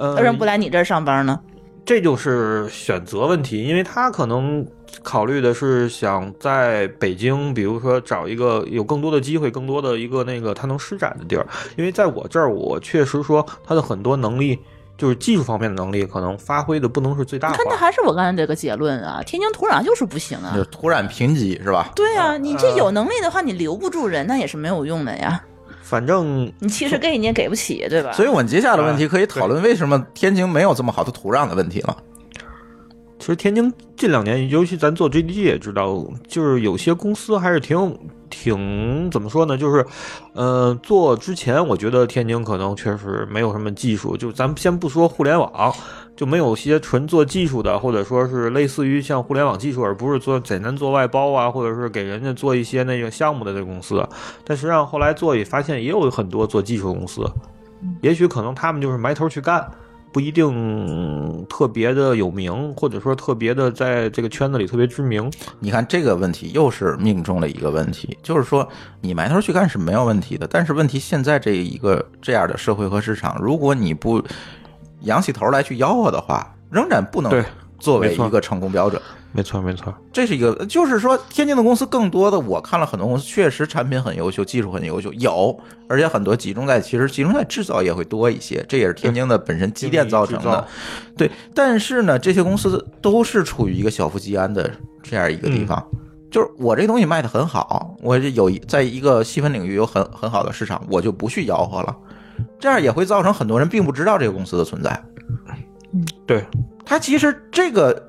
呃，
为什么不来你这儿上班呢？
这就是选择问题，因为他可能考虑的是想在北京，比如说找一个有更多的机会、更多的一个那个他能施展的地儿。因为在我这儿，我确实说他的很多能力，就是技术方面的能力，可能发挥的不能是最大
你
化。
看，那还是我刚才这个结论啊，天津土壤就是不行啊
就。是土壤贫瘠是吧？
对啊，你这有能力的话，你留不住人，那也是没有用的呀。
反正
你其实给你也给不起，对吧？
所以我们接下来的问题可以讨论为什么天津没有这么好的土壤的问题了。
其实天津近两年，尤其咱做 GDG 也知道，就是有些公司还是挺有挺怎么说呢，就是，呃，做之前我觉得天津可能确实没有什么技术，就咱们先不说互联网，啊就没有些纯做技术的，或者说是类似于像互联网技术，而不是做简单做外包啊，或者是给人家做一些那种项目的这个公司。但实际上后来做也发现，也有很多做技术的公司，也许可能他们就是埋头去干，不一定特别的有名，或者说特别的在这个圈子里特别知名。
你看这个问题又是命中了一个问题，就是说你埋头去干是没有问题的，但是问题现在这一个这样的社会和市场，如果你不扬起头来去吆喝的话，仍然不能
对
作为
没错
一个成功标准。
没错，没错。
这是一个，就是说，天津的公司更多的，我看了很多公司，确实产品很优秀，技术很优秀，有，而且很多集中在，其实集中在制造业会多一些，这也是天津的本身积淀造成
精密制
的
造。
对，但是呢，这些公司都是处于一个小富即安的这样一个地方，就是我这东西卖的很好，我这有一在一个细分领域有很很好的市场，我就不去吆喝了，这样也会造成很多人并不知道这个公司的存在。
对，
他其实这个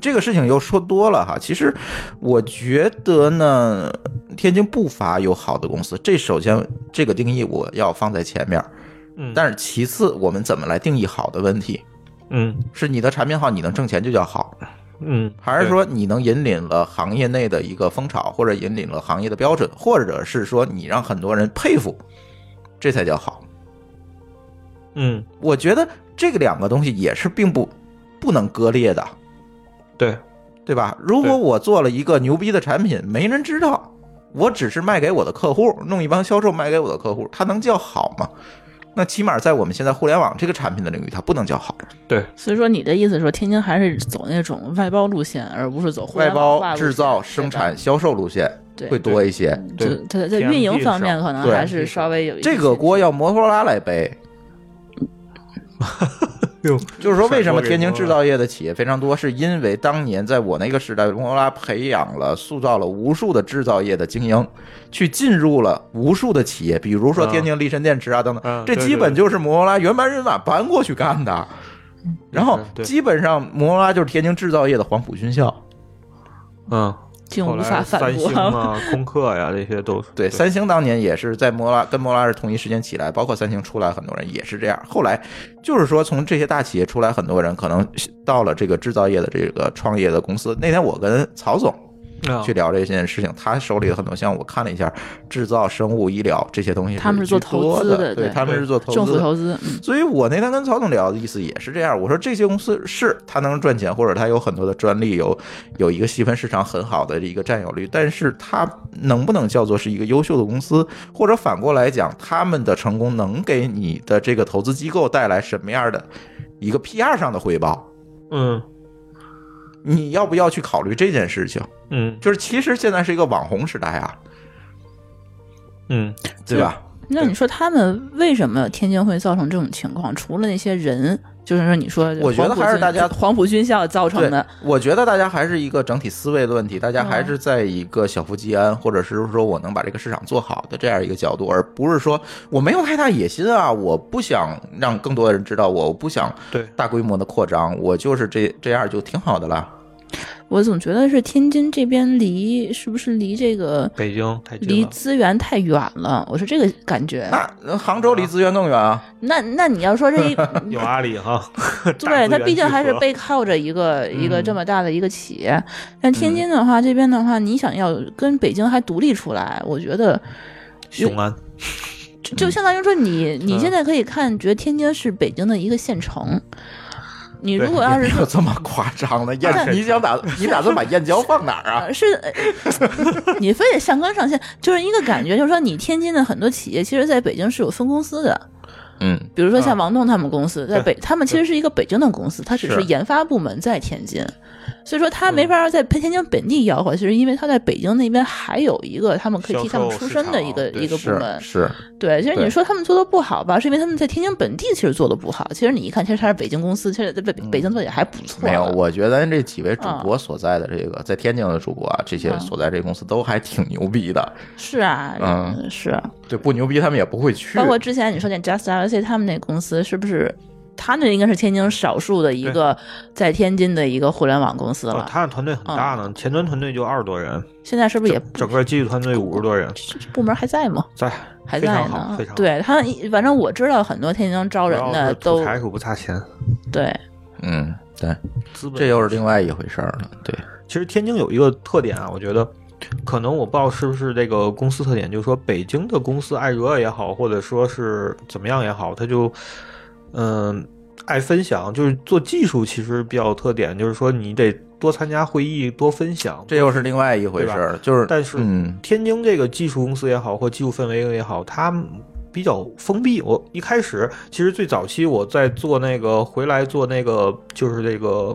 这个事情又说多了哈。其实我觉得呢，天津不乏有好的公司，这首先这个定义我要放在前面。
嗯
但是其次，我们怎么来定义好的问题？
嗯
是你的产品好，你能挣钱就叫好，
嗯，
还是说你能引领了行业内的一个风潮，或者引领了行业的标准，或者是说你让很多人佩服，这才叫好。
嗯
我觉得这个两个东西也是并不不能割裂的。
对，
对吧？如果我做了一个牛逼的产品，没人知道，我只是卖给我的客户，弄一帮销售卖给我的客户，它能叫好吗？那起码在我们现在互联网这个产品的领域，它不能叫好。
所以说你的意思是说，天津还是走那种外包路线，而不是走互
外
联网化
包、
路线
制造、生产、销售路线
对嗯吧
会多一些。
对，
对
就它在运营方面可能
对
还是稍微有一些
这个锅要摩托罗拉来背。
哟
就是说，为什么天津制造业的企业非常多，是因为当年在我那个时代，摩托罗拉培养了、塑造了无数的制造业的精英，去进入了无数的企业，比如说
啊
天津力申电池啊等
啊
等，这
对
基本就是摩托罗拉原班人马搬过去干的。然后
是对
基本上摩托罗拉就是天津制造业的黄埔军校，
嗯，
竟
后
无
来
法反
三星
驳。
啊、 空客呀、这些都是
对，三星当年也是在摩拉跟摩拉是同一时间起来，包括三星出来，很多人也是这样。后来就是说，从这些大企业出来，很多人可能到了这个制造业的这个创业的公司。那天我跟曹总
哦
啊
去聊这件事情。他手里的很多项目，我看了一下，制造、生物、医疗这些东西，
他们
是
是做
居
投
多
资
的，
的
对
对
他们是做投资
政府
的
投资，嗯，
所以我那天跟曹总聊的意思也是这样，我说这些公司是它能赚钱，或者它有很多的专利，有有一个细分市场很好的一个占有率，但是它能不能叫做是一个优秀的公司，或者反过来讲，他们的成功能给你的这个投资机构带来什么样的一个 PR 上的回报？
嗯
你要不要去考虑这件事情？
嗯
就是其实现在是一个网红时代啊，
嗯，
对吧？
那你说他们为什么天津会造成这种情况？除了那些人，就是说你说
我觉得
黄埔
还是
军
大家
黄埔军校造成
对，
的，
我觉得大家还是一个整体思维的问题，大家
嗯
还是在一个小富即安，或者是说我能把这个市场做好的这样一个角度，而不是说我没有太大野心啊，我不想让更多的人知道我，我不想
对
大规模的扩张，我就是这这样就挺好的了。
我总觉得是天津这边离是不是离这个
北京太近
离
了，
资源太远了？我是这个感觉。
那呃杭州离资源更远啊，
那那你要说这 一，
有阿里哈，
对它毕竟还是
被。
背靠着一个一个
嗯
这么大的一个企业，但
嗯
天津的话，这边的话，你想要跟北京还独立出来，我觉得
雄安，
就
嗯
就相当于说你，你现在可以看，觉得天津是北京的一个县城。你如果要
也
是
没
说
有这么夸张的
那
燕，你想打你打算把燕郊放哪儿啊？
呃是， 呃你非得上纲上线，就是一个感觉，就是说你天津的很多企业，其实在北京是有分公司的，
嗯，
比如说像王栋他们公司，在北，他们其实是一个北京的公司，它只
是嗯
是研发部门在天津，所以说他没法在天津本地摇晃，就是因为他在北京那边还有一个他们可以替他们
销售
出
市
身的
场
一个
对
一个部
是
门，
是，
对，其实
对
你说他们做的不好吧，是因为他们在天津本地其实做的不好。其实你一看，其实他是北京公司，其实在北北京做的也还不错。
嗯
啊
没有，我觉得咱这几位主播所在的这个在天津的主播啊，这些所在这公司都还挺牛逼的。
是啊，
嗯
是啊。
对，不牛逼他们也不会去。
包括之前你说那 Just LC 他们那公司是不是？他那应该是天津少数的一个在天津的一个互联网公司
哦
了。
他的团队很大呢，前端团队就二十多人，
现在是不是也
整整个技术团队五十多人，
部门还在吗？
在
还
非
在
常好，
呢
非常。好。
对他，反正我知道很多天津招
不
人
要
的
说
都
吐财主不差钱，
对，
嗯，对，
资本
这又是另外一回事儿了。对，
其实天津有一个特点啊，我觉得可能我不知道是不是这个公司特点，就是说北京的公司爱热也好，或者说是怎么样也好，它就嗯、爱分享，就是做技术其实比较有特点，就是说你得多参加会议，多分享，
这又是另外一回事儿，就是
但是
嗯，
天津这个技术公司也好，或技术氛围也好，它比较封闭。我一开始其实最早期我在做那个回来做那个就是这个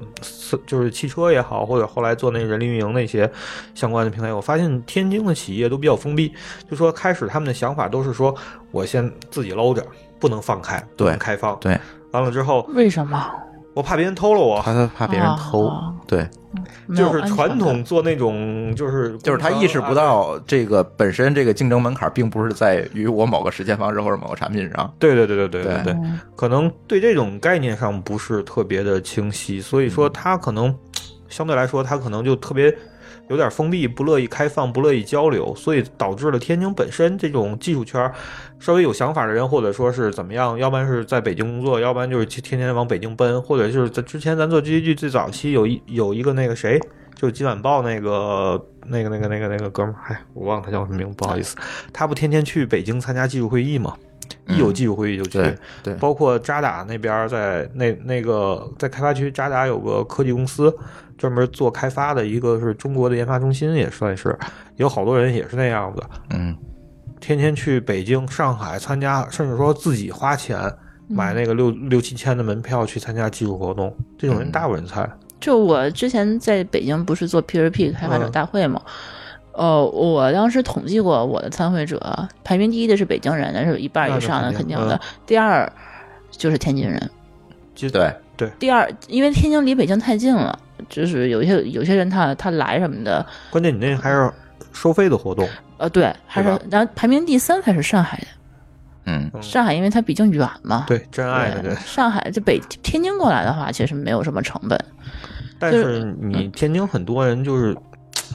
就是汽车也好，或者后来做那个人力运营那些相关的平台，我发现天津的企业都比较封闭，就说开始他们的想法都是说我先自己搂着，不能放开，不
对
能开放。
对，
完了之后
为什么
我怕别人偷了我。
怕怕别人偷
啊，
对，
没有
就是
安全
传
感
统做那种，就是啊
就是他意识不到这个本身这个竞争门槛并不是在于我某个实现方式或者某个产品上。
对对对对对
对
对，
嗯
可能对这种概念上不是特别的清晰，所以说他可能相对来说他可能就特别有点封闭，不乐意开放，不乐意交流，所以导致了天津本身这种技术圈儿稍微有想法的人，或者说是怎么样，要不然是在北京工作，要不然就是天天往北京奔，或者就是在之前咱做 G G G 最早期有一有一个那个谁，就是今晚报那个那个那个那个那个哥们儿，哎，我忘了他叫什么名，不好意思，他不天天去北京参加技术会议吗？一有技术会议就去，
对对，
包括渣打那边儿在那那个在开发区，渣打有个科技公司专门做开发的，一个是中国的研发中心，也算是有好多人也是那样的，
嗯，
天天去北京、上海参加，甚至说自己花钱
嗯
买那个六六七千的门票去参加技术活动，这种人大有人在。
就我之前在北京不是做 P2P 开
嗯
发者大会嘛，呃，我当时统计过我的参会者，排名第一的是北京人，但是有一半以上的
那是
肯
肯定嗯
定的，第二就是天津人，
其实
对，
第二因为天津离北京太近了，就是有一些有些人他他来什么的，
关键你那还是收费的活动，
呃，对，还是
对吧
然后排名第三才是上海人，
嗯，
嗯
上海因为它毕竟远嘛，
对真爱的
对
人。
上海就北天津过来的话，其实没有什么成本，
但
就是
是你天津很多人就是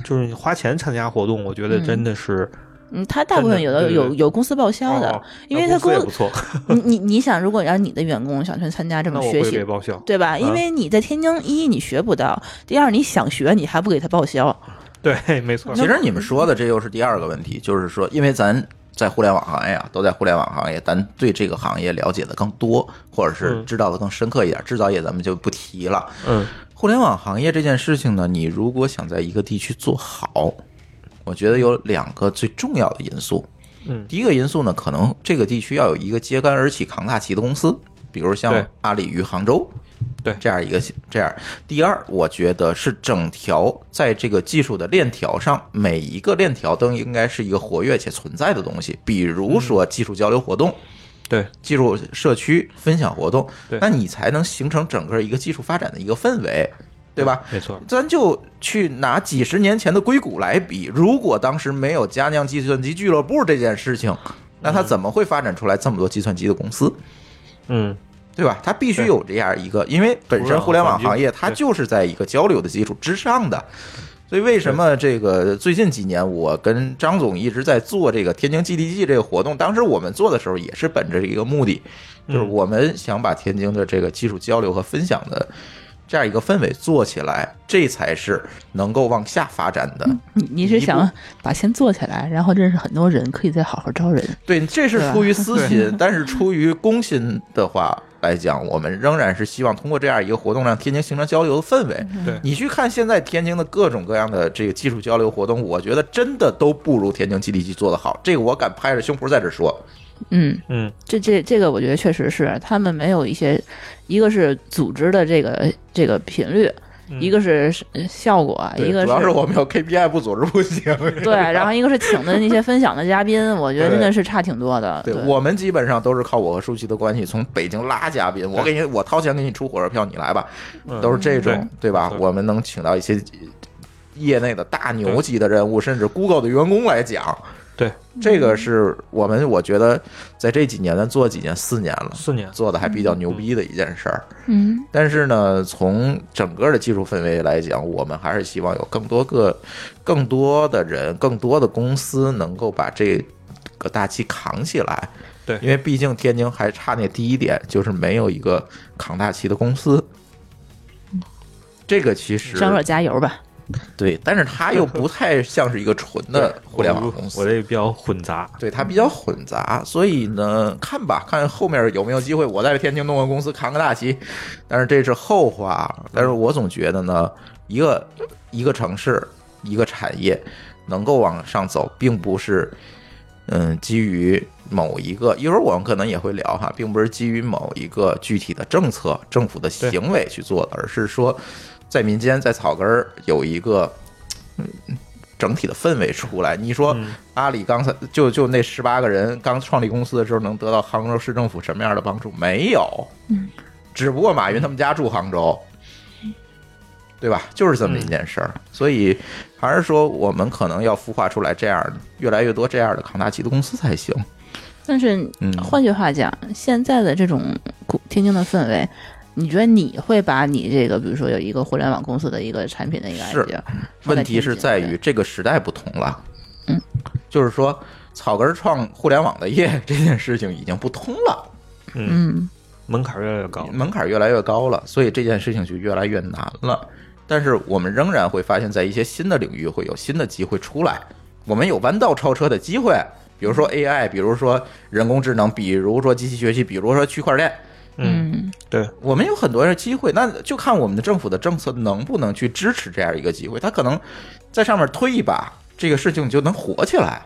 就是你花钱参加活动，我觉得真的是
嗯，它大部分有
真
的
的
有
对
有公司报销的
哦，
因为
那
它
公司也
公
不错，
你你你想，如果让你的员工想去参加这
那
种
我
学
会被
习，
报销。
对吧？因
嗯
为你在天津，一你学不到，第二你想学你还不给他报销，
对，没错。
其实你们说的这又是第二个问题，就是说，因为咱在互联网行业啊，都在互联网行业，咱对这个行业了解的更多，或者是
嗯
知道的更深刻一点。制造业咱们就不提了。
嗯，
互联网行业这件事情呢，你如果想在一个地区做好，我觉得有两个最重要的因素。
嗯
第一个因素呢，可能这个地区要有一个揭竿而起、扛大旗的公司，比如像
对
阿里与杭州，
对
这样一个这样。第二，我觉得是整条在这个技术的链条上，每一个链条都应该是一个活跃且存在的东西，比
嗯
如说技术交流活动。
对，
技术社区分享活动
对，
那你才能形成整个一个技术发展的一个氛围，对吧？
没错。
咱就去拿几十年前的硅谷来比，如果当时没有家酿计算机俱乐部这件事情，那它怎么会发展出来这么多计算机的公司？
嗯，
对吧？它必须
对
有这样一个，因为本身互联网行业
土壤环境
它就是在一个交流的基础之上的。所以为什么这个最近几年我跟张总一直在做这个天津 GDG 这个活动？当时我们做的时候也是本着一个目的，就是
嗯
我们想把天津的这个技术交流和分享的这样一个氛围做起来，这才是能够往下发展的。
你你
一
是
步
想把先做起来，然后认识很多人，可以再好好招人。
对，这是
对啊吧
出于私心，但是出于公心的话来讲，我们仍然是希望通过这样一个活动，让天津形成交流的氛围。
嗯
对
你去看现在天津的各种各样的这个技术交流活动，我觉得真的都不如天津 GDG 做得好，这个我敢拍着胸脯在这说。
嗯，
嗯，
这这这个我觉得确实是，他们没有一些，一个是组织的这个这个频率，
嗯
一个是呃效果，
对
一个
主要是我们有 KPI 不组织不行。
对，然后一个是请的那些分享的嘉宾，我觉得真的是差挺多
啊
的。
对我们基本上都是靠我和舒淇的关系从北京拉嘉宾，我给你我掏钱给你出火车票，你来吧，
嗯
都是这种、对吧？
对
我们能请到一些业内的大牛级的人物，甚至 Google 的员工来讲，
对，
这个是我们我觉得在这几年咱做了几年四年了，
四年，
做的还比较牛逼的一件事儿。
嗯，
但是呢，从整个的技术氛围来讲，我们还是希望有更多个、更多的人、更多的公司能够把这个大旗扛起来。
对
因为毕竟天津还差那第一点，就是没有一个扛大旗的公司。这个其实
张若加油吧。
对，但是它又不太像是一个纯的互联网公司
我。这比较混杂。
对它比较混杂，所以呢，看吧，看后面有没有机会，我在天津弄个公司扛个大旗。但是这是后话，但是我总觉得呢，一个一个城市，一个产业能够往上走，并不是嗯基于某一个，一会儿我们可能也会聊哈，并不是基于某一个具体的政策、政府的行为去做的，而是说在民间在草根儿有一个。嗯整体的氛围出来。你说阿里刚才就就那十八个人刚创立公司的时候，能得到杭州市政府什么样的帮助？没有，
嗯
只不过马云他们家住杭州，对吧？就是这么一件事儿。
嗯
所以还是说，我们可能要孵化出来这样越来越多这样的扛大旗的公司才行。
但是
嗯，
换句话讲，现在的这种古天津的氛围，你觉得你会把你这个，比如说有一个互联网公司的一个产品的一个
是
idea，放
问
在
题
天津
是在于这个时代不同了，嗯，就是说草根儿创互联网的业这件事情已经不通了。
嗯，
门槛越来越高。
门槛越来越高了，所以这件事情就越来越难了。但是我们仍然会发现，在一些新的领域会有新的机会出来，我们有弯道超车的机会，比如说 AI，比如说人工智能，比如说机器学习，比如说区块链，
嗯，
对，
我们有很多的机会，那就看我们的政府的政策能不能去支持这样一个机会，它可能在上面推一把，这个事情就能火起来。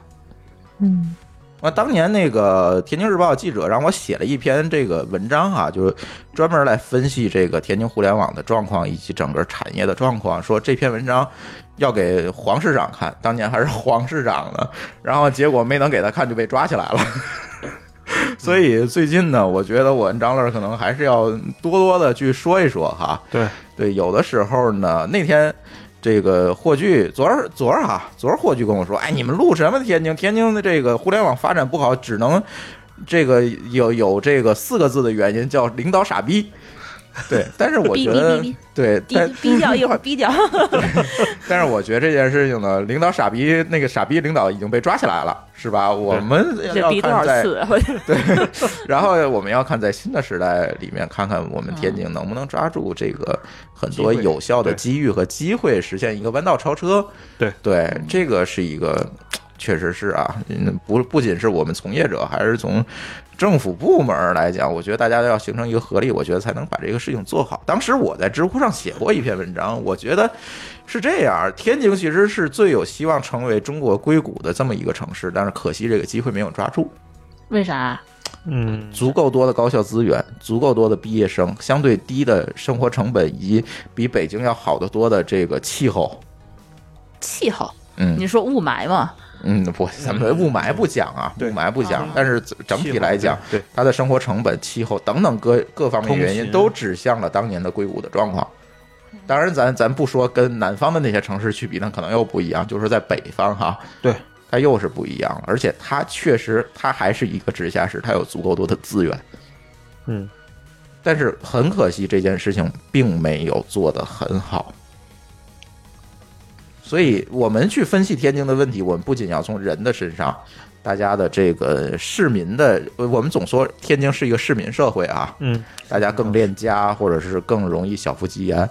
嗯，
啊，当年那个天津日报记者让我写了一篇这个文章哈、就是专门来分析这个天津互联网的状况以及整个产业的状况。说这篇文章要给黄市长看，当年还是黄市长呢，然后结果没能给他看就被抓起来了。 所以最近呢，我觉得我跟张乐可能还是要多多的去说一说哈。
对，
对，有的时候呢，那天这个霍炬，昨儿昨儿哈，昨儿霍炬跟我说，哎，你们录什么天津？天津的这个互联网发展不 好，只能这个有有这个四个字的原因，叫领导傻逼。对，但是我
哔
觉
哔
得
哔哔
对，
逼
但
逼掉一会儿，逼掉。
但是我觉得这件事情呢，领导傻逼那个傻逼领导已经被抓起来了，是吧？我们
这
要
逼多
看
少
在
次？
然后我们要看在新的时代里面，看看我们天津能不能抓住这个很多
机会
有效的
对
机遇和机会，实现一个弯道超车。
对
对，这个是一个，确实是啊，嗯不不仅是我们从业者，还是从政府部门儿来讲，我觉得大家都要形成一个合力，我觉得才能把这个事情做好。当时我在知乎上写过一篇文章，我觉得是这样，天津其实是最有希望成为中国硅谷的这么一个城市，但是可惜这个机会没有抓住。
为啥？啊
嗯，
足够多的高校资源，足够多的毕业生，相对低的生活成本，以及比北京要好得多的这个气候。
气候？
嗯
你说雾霾嘛？
嗯，不，咱们雾霾不讲啊，雾
嗯对
霾不讲，但是整体
气候
来讲，
对，对
它的生活成本、气候等等各各方面原
通
因
勤
都指向了当年的硅谷的状况。
嗯
当然咱，咱不说跟南方的那些城市去比，那可能又不一样。就是说在北方哈，
对，
它又是不一样了。而且它确实，它还是一个直辖市，它有足够多的资源。
嗯，
但是很可惜，这件事情并没有做得很好。所以我们去分析天津的问题，我们不仅要从人的身上，大家的这个市民的，呃我们总说天津是一个市民社会啊，
嗯，
大家更恋家，或者是更容易小富即安。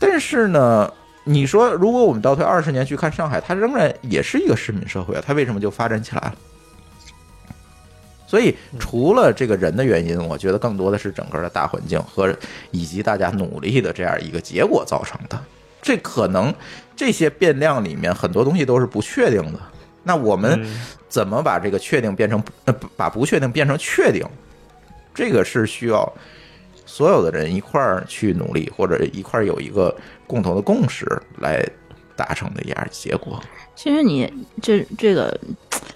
但是呢，你说如果我们倒退二十年去看上海，它仍然也是一个市民社会啊，它为什么就发展起来了？所以，除了这个人的原因，我觉得更多的是整个的大环境和以及大家努力的这样一个结果造成的。这可能这些变量里面很多东西都是不确定的。那我们
嗯
怎么把这个确定变成呃不把不确定变成确定？这个是需要所有的人一块儿去努力，或者一块儿有一个共同的共识来达成的一样结果。
其实你这这个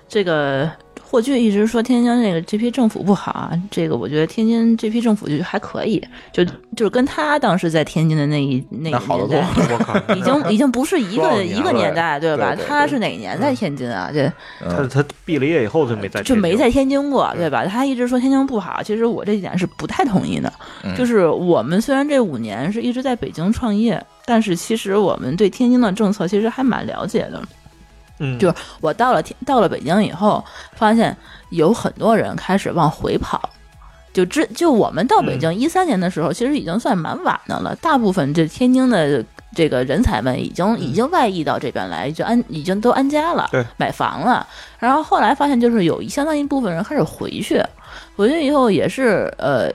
这个。霍炬一直说天津这个这批政府不好啊，这个我觉得天津这批政府就还可以，就就是跟他当时在天津的那一那一
那好得
年
多
代，
我靠，
已经已经不是一
多少
个
年
一个
了
年代，对吧？
对对嗯
他
对
是哪年在天津啊？这
他
嗯
他毕了业以后就没在，
就没在，天津过，对吧？他一直说天津不好，其实我这一点是不太同意的。
嗯
就是我们虽然这五年是一直在北京创业，但是其实我们对天津的政策其实还蛮了解的。
嗯，
就我到了天到了北京以后，发现有很多人开始往回跑。就之就我们到北京一三年的时候，其实已经算蛮晚的了。大部分这天津的这个人才们已经已经外溢到这边来，就安已经都安家了
对，
买房了。然后后来发现，就是有一相当一部分人开始回去，回去以后也是呃，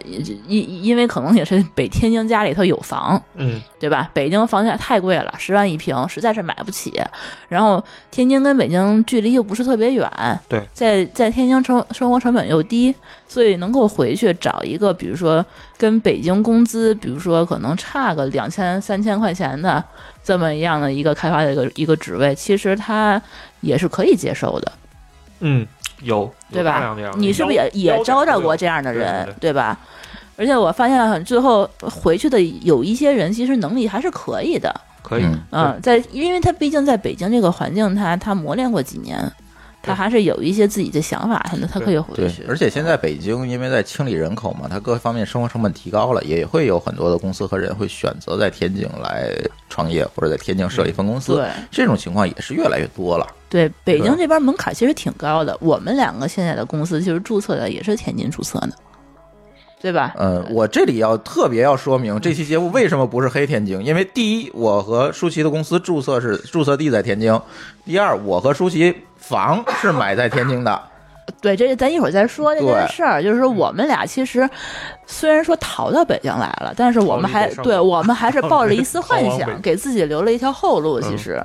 因因为可能也是北天津家里头有房，
嗯，
对吧？北京房价太贵了，十万一平实在是买不起。然后天津跟北京距离又不是特别远，
对，
在在天津生生活成本又低，所以能够回去找一个，比如说跟北京工资，比如说可能差个两千三千块钱的这么样的一个开发的一个一个职位，其实他也是可以接受的。
嗯，有
对
有大
吧
量这样？的
你是不是也
腰
也
腰
招
斩
着
都有
过这样的人，
对对
吧？而且我发现最后回去的有一些人，其实能力还是可以的，
可以，
嗯
嗯，在因为他毕竟在北京这个环境他，他磨练过几年，他
对
还是有一些自己的想法什么的，他可以回
对
去，。
而且现在北京因为在清理人口嘛，它各方面生活成本提高了，也会有很多的公司和人会选择在天津来创业，或者在天津设立分公司。
对
这种情况也是越来越多了。
对，北京
对
这边门槛其实挺高的。我们两个现在的公司其实注册的也是天津注册的，对嗯吧？
嗯，我这里要特别要说明，这期节目为什么不是黑天津？因为第一，我和舒淇的公司注册是注册地在天津；第二，我和舒淇房是买在天津的。
对，这咱一会儿再说这件
对嗯
事儿。就是说，我们俩其实虽然说逃到北京来了，但是我们
逃离
还
北上
对
广
我们还是抱着一丝 幻
逃往北
想，给自己留了一条后路。
嗯
其实、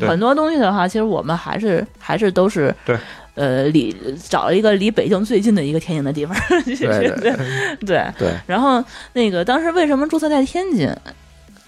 对
很多东西的话，其实我们还是还是都是
对。
呃，离找了一个离北京最近的一个天津的地方， 对
对对
对。
对，
然后那个当时为什么注册在天津？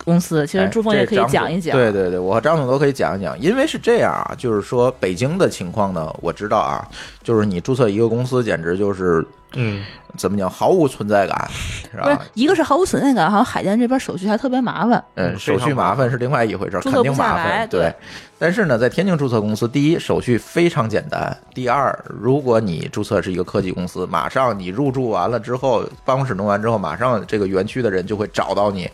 公司，其实
哎
朱峰也
这
可以
张
讲
总
一讲。
对对对，我和张总都可以讲一讲，因为是这样啊，就是说北京的情况呢，我知道啊，就是你注册一个公司，简直就是
嗯，
怎么讲，毫无存在感，是
不是
吧？，
一个是毫无存在感，好像海淀这边手续还特别麻烦。
嗯，
嗯
手续麻烦是另外一回事儿，
注
肯
册不
定
下
麻
来
烦。
对
但是呢，在天津注册公司，第一，手续非常简单；第二，如果你注册是一个科技公司，马上你入驻完了之后，办公室弄完之后，马上这个园区的人就会找到你，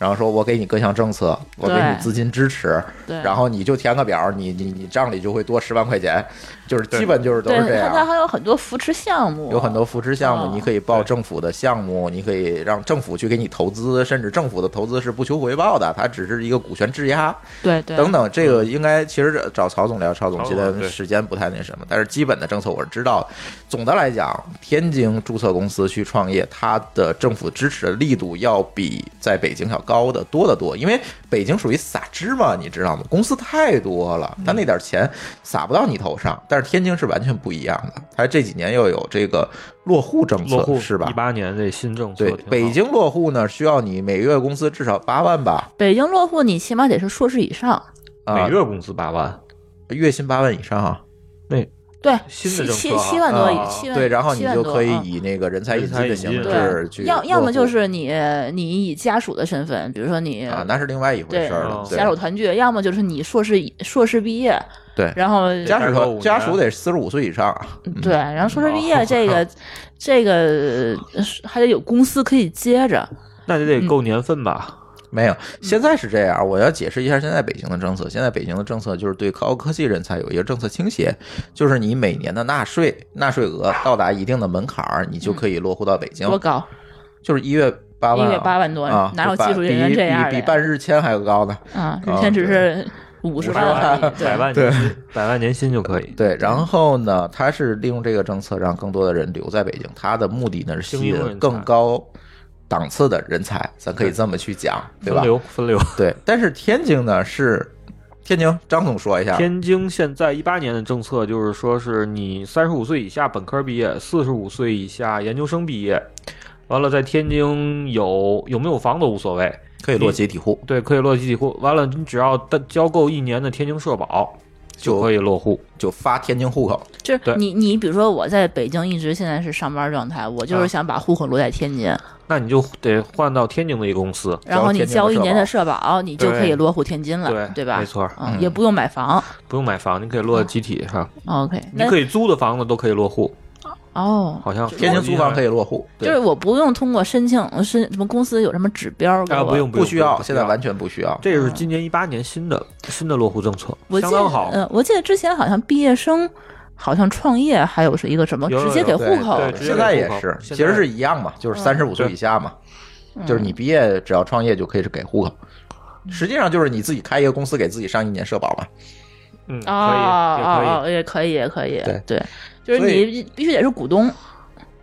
然后说我给你各项政策，我给
对
你资金支持，
对，
然后你就填个表，你你你账里就会多十万块钱，就是基本就是都
对
是这
它它
样。
还有很多扶持项目，
有很多扶持项
哦
目，你可以报政府的项目，你可以让政府去给你投资，甚至政府的投资是不求回报的，它只是一个股权质押
对对
等等。这个应该其实找曹总聊，曹总
嗯曹
觉
总
得
对
时间不太那什么，但是基本的政策我是知道的。总的来讲，天津注册公司去创业，它的政府支持的力度要比在北京要高的多得多，因为北京属于撒芝麻，你知道吗？公司太多了，它那点钱撒不到你头上。但是天津是完全不一样的，它这几年又有这个落户政
落户
策，是吧
一？八年这新政策
对
挺好，
北京落户呢，需要你每月工资至少八万吧？
北京落户你起码得是硕士以上，
啊、
每月工资八万，
月薪八万以上啊。
对，
新
七
的政策
七
啊
七万多以，
啊
七万
对，然后你
七万
就
多
可以
嗯
以那个人才
人
引
才
进的
引
形
进
式
对
去
要要
落
么就
户
是你你以家属的身份，比如说你
啊，那是另外一回
对
事儿了。
嗯
对
家属团聚，要么就是你硕士以硕士毕业，
对
然后
家属
超过五
团家属
年
得四十五岁以上啊，
对，然后硕士毕
哦
业这个这个呃还得有公司可以接着，
那就
嗯
得够年份吧？
没有。现在是这样，我要解释一下现在北京的政策。现在北京的政策就是对高科技人才有一个政策倾斜，就是你每年的纳税纳税额到达一定的门槛儿，你就可以落户到北京
嗯多，高？
就是一月八万啊，
一月8万多
啊，
哪有
就
技术
办
人员
比
这样
比
的
比办日签还要高呢。
啊，
啊
之前只
对
是五十万
万
而已，
百
对，
万年薪，百万年薪就可以。
对，然后呢，他是利用这个政策让更多的人留在北京，他的目的呢是吸
精英人才
引更高档次的人才，咱可以这么去讲，对
分
吧？
嗯流分流。
对，但是天津呢是天津，张总说一下，
天津现在一八年的政策就是说，是你三十五岁以下本科毕业，四十五岁以下研究生毕业，完了在天津有有没有房都无所谓，
可以落集体户，
对，可以落集体户。完了，你只要交够一年的天津社保
就
可以落户。
就发天津户口，
就
对
是你你比如说我在北京一直现在是上班状态，我就是
啊
想把户口落在天津，
那你就得换到天津的一个公司，
然后你
天津的
交一
社
年
保
的社保，你就可以
对
落户天津了，
对
对吧？
没错
嗯，
嗯
也不用买房。
不用买房，你可以落集体哈。
OK，
你
那
可以租的房子都可以落户，
哦，
好像
天津租房可以
以
落户，
就是
对，
我不用通过申请申什么公司有什么指标给我，
啊，不用
不需要，
不啊
现在完嗯全不需要。
这是今年一八年新的新的落户政策，
我记
相
得
当好。
嗯，我记得之前好像毕业生好像创业还有是一个什么
有有
直接给
有
户
对
口，嗯
对直接
现在也
户口
是，
现
其实
在
是一样嘛，就是三十五岁
对
以下嘛，就是你毕业只要创业就可以是给户口，实际上就是你自己开一个公司，给自己上一年社保嘛。
嗯，
啊
可以，也可
哦
以
哦，也可以，也可以，
对
就是
所以
你必须得是股东，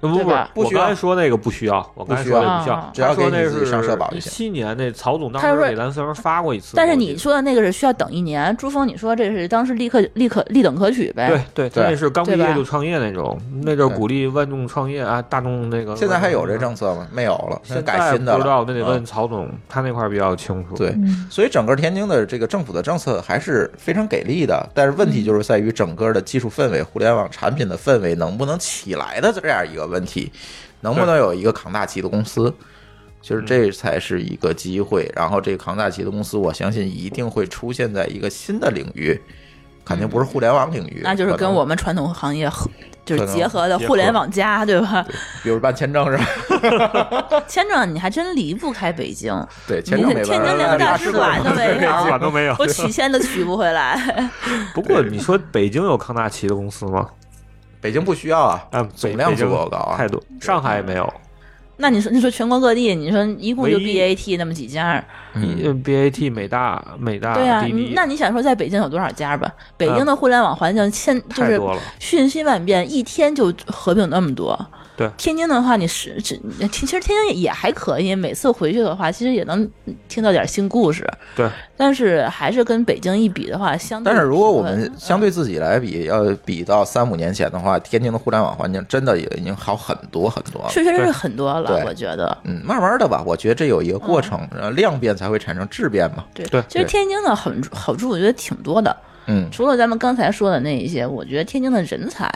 不不
对吧
不，
不
我
需要
刚才说那个不需要，我刚才说那个不需
不需
要
要，
只要给
他说那
你自己
是
上社保就行
七年那曹总当
他
时
说
给咱虽然发过一次，
但是
我记
你
得
说的那个是需要等一年。朱峰，你说这是当时立刻立刻立等可取呗？
对对，他
对
那是刚毕
对
业
吧
就创业那种，那就是鼓励万众创业啊，大众那个。
现在还有这，政策吗？没有了，现在
现
改
在
新的
不知道
了。啊
那得问曹总，他那块儿比较清楚。
对，
嗯
所以整个天津的这个政府的政策还是非常给力的，但是问
嗯
题就是在于整个的技术氛围、互联网产品的氛围能不能起来的这样一个问题，能不能有一个扛大旗的公司？其实
嗯
这才是一个机会。然后这个扛大旗的公司，我相信一定会出现在一个新的领域，肯定
嗯
不是互联网领域，
那就是
可能
跟我们传统行业合，就是
可能
结合的
结
互联
合
网加，对吧？
比如办签证是吧？
签证你还真离不开北京，
对，
你
签证没
天
办法。
津连个大 使馆都没
大使馆都
有，
没有。
我取签都取不回来。
不过你说北京有康大旗的公司吗？
北京不需要啊，
啊，
总
北
量
北京
足够高啊
太多。上海也没有，
那你说，你说全国各地，你说一共就
唯一
BAT 那么几家，
嗯
嗯，BAT 美大、美大、
对啊，
滴
你
滴，
那你想说在北京有多少家吧？北京的互联网环境现就
太
是
多了
瞬息万变，一天就合并那么多。
对
天津的话，你是这其实天津也还可以，每次回去的话，其实也能听到点新故事，
对，
但是还是跟北京一比的话，相对
但是如果我
贫
们
困
相对自己来比，要比到三五年前的话，天津的互联网环境真的也已经好很多很多了。
确实是
对
很多了
对，
我觉得。
嗯，慢慢的吧，我觉得这有一个
嗯
过程，然后量变才会产生质变嘛。
对
对
其实天津的很好处，我觉得挺多的。
嗯，
除了咱们刚才说的那一些，我觉得天津的人才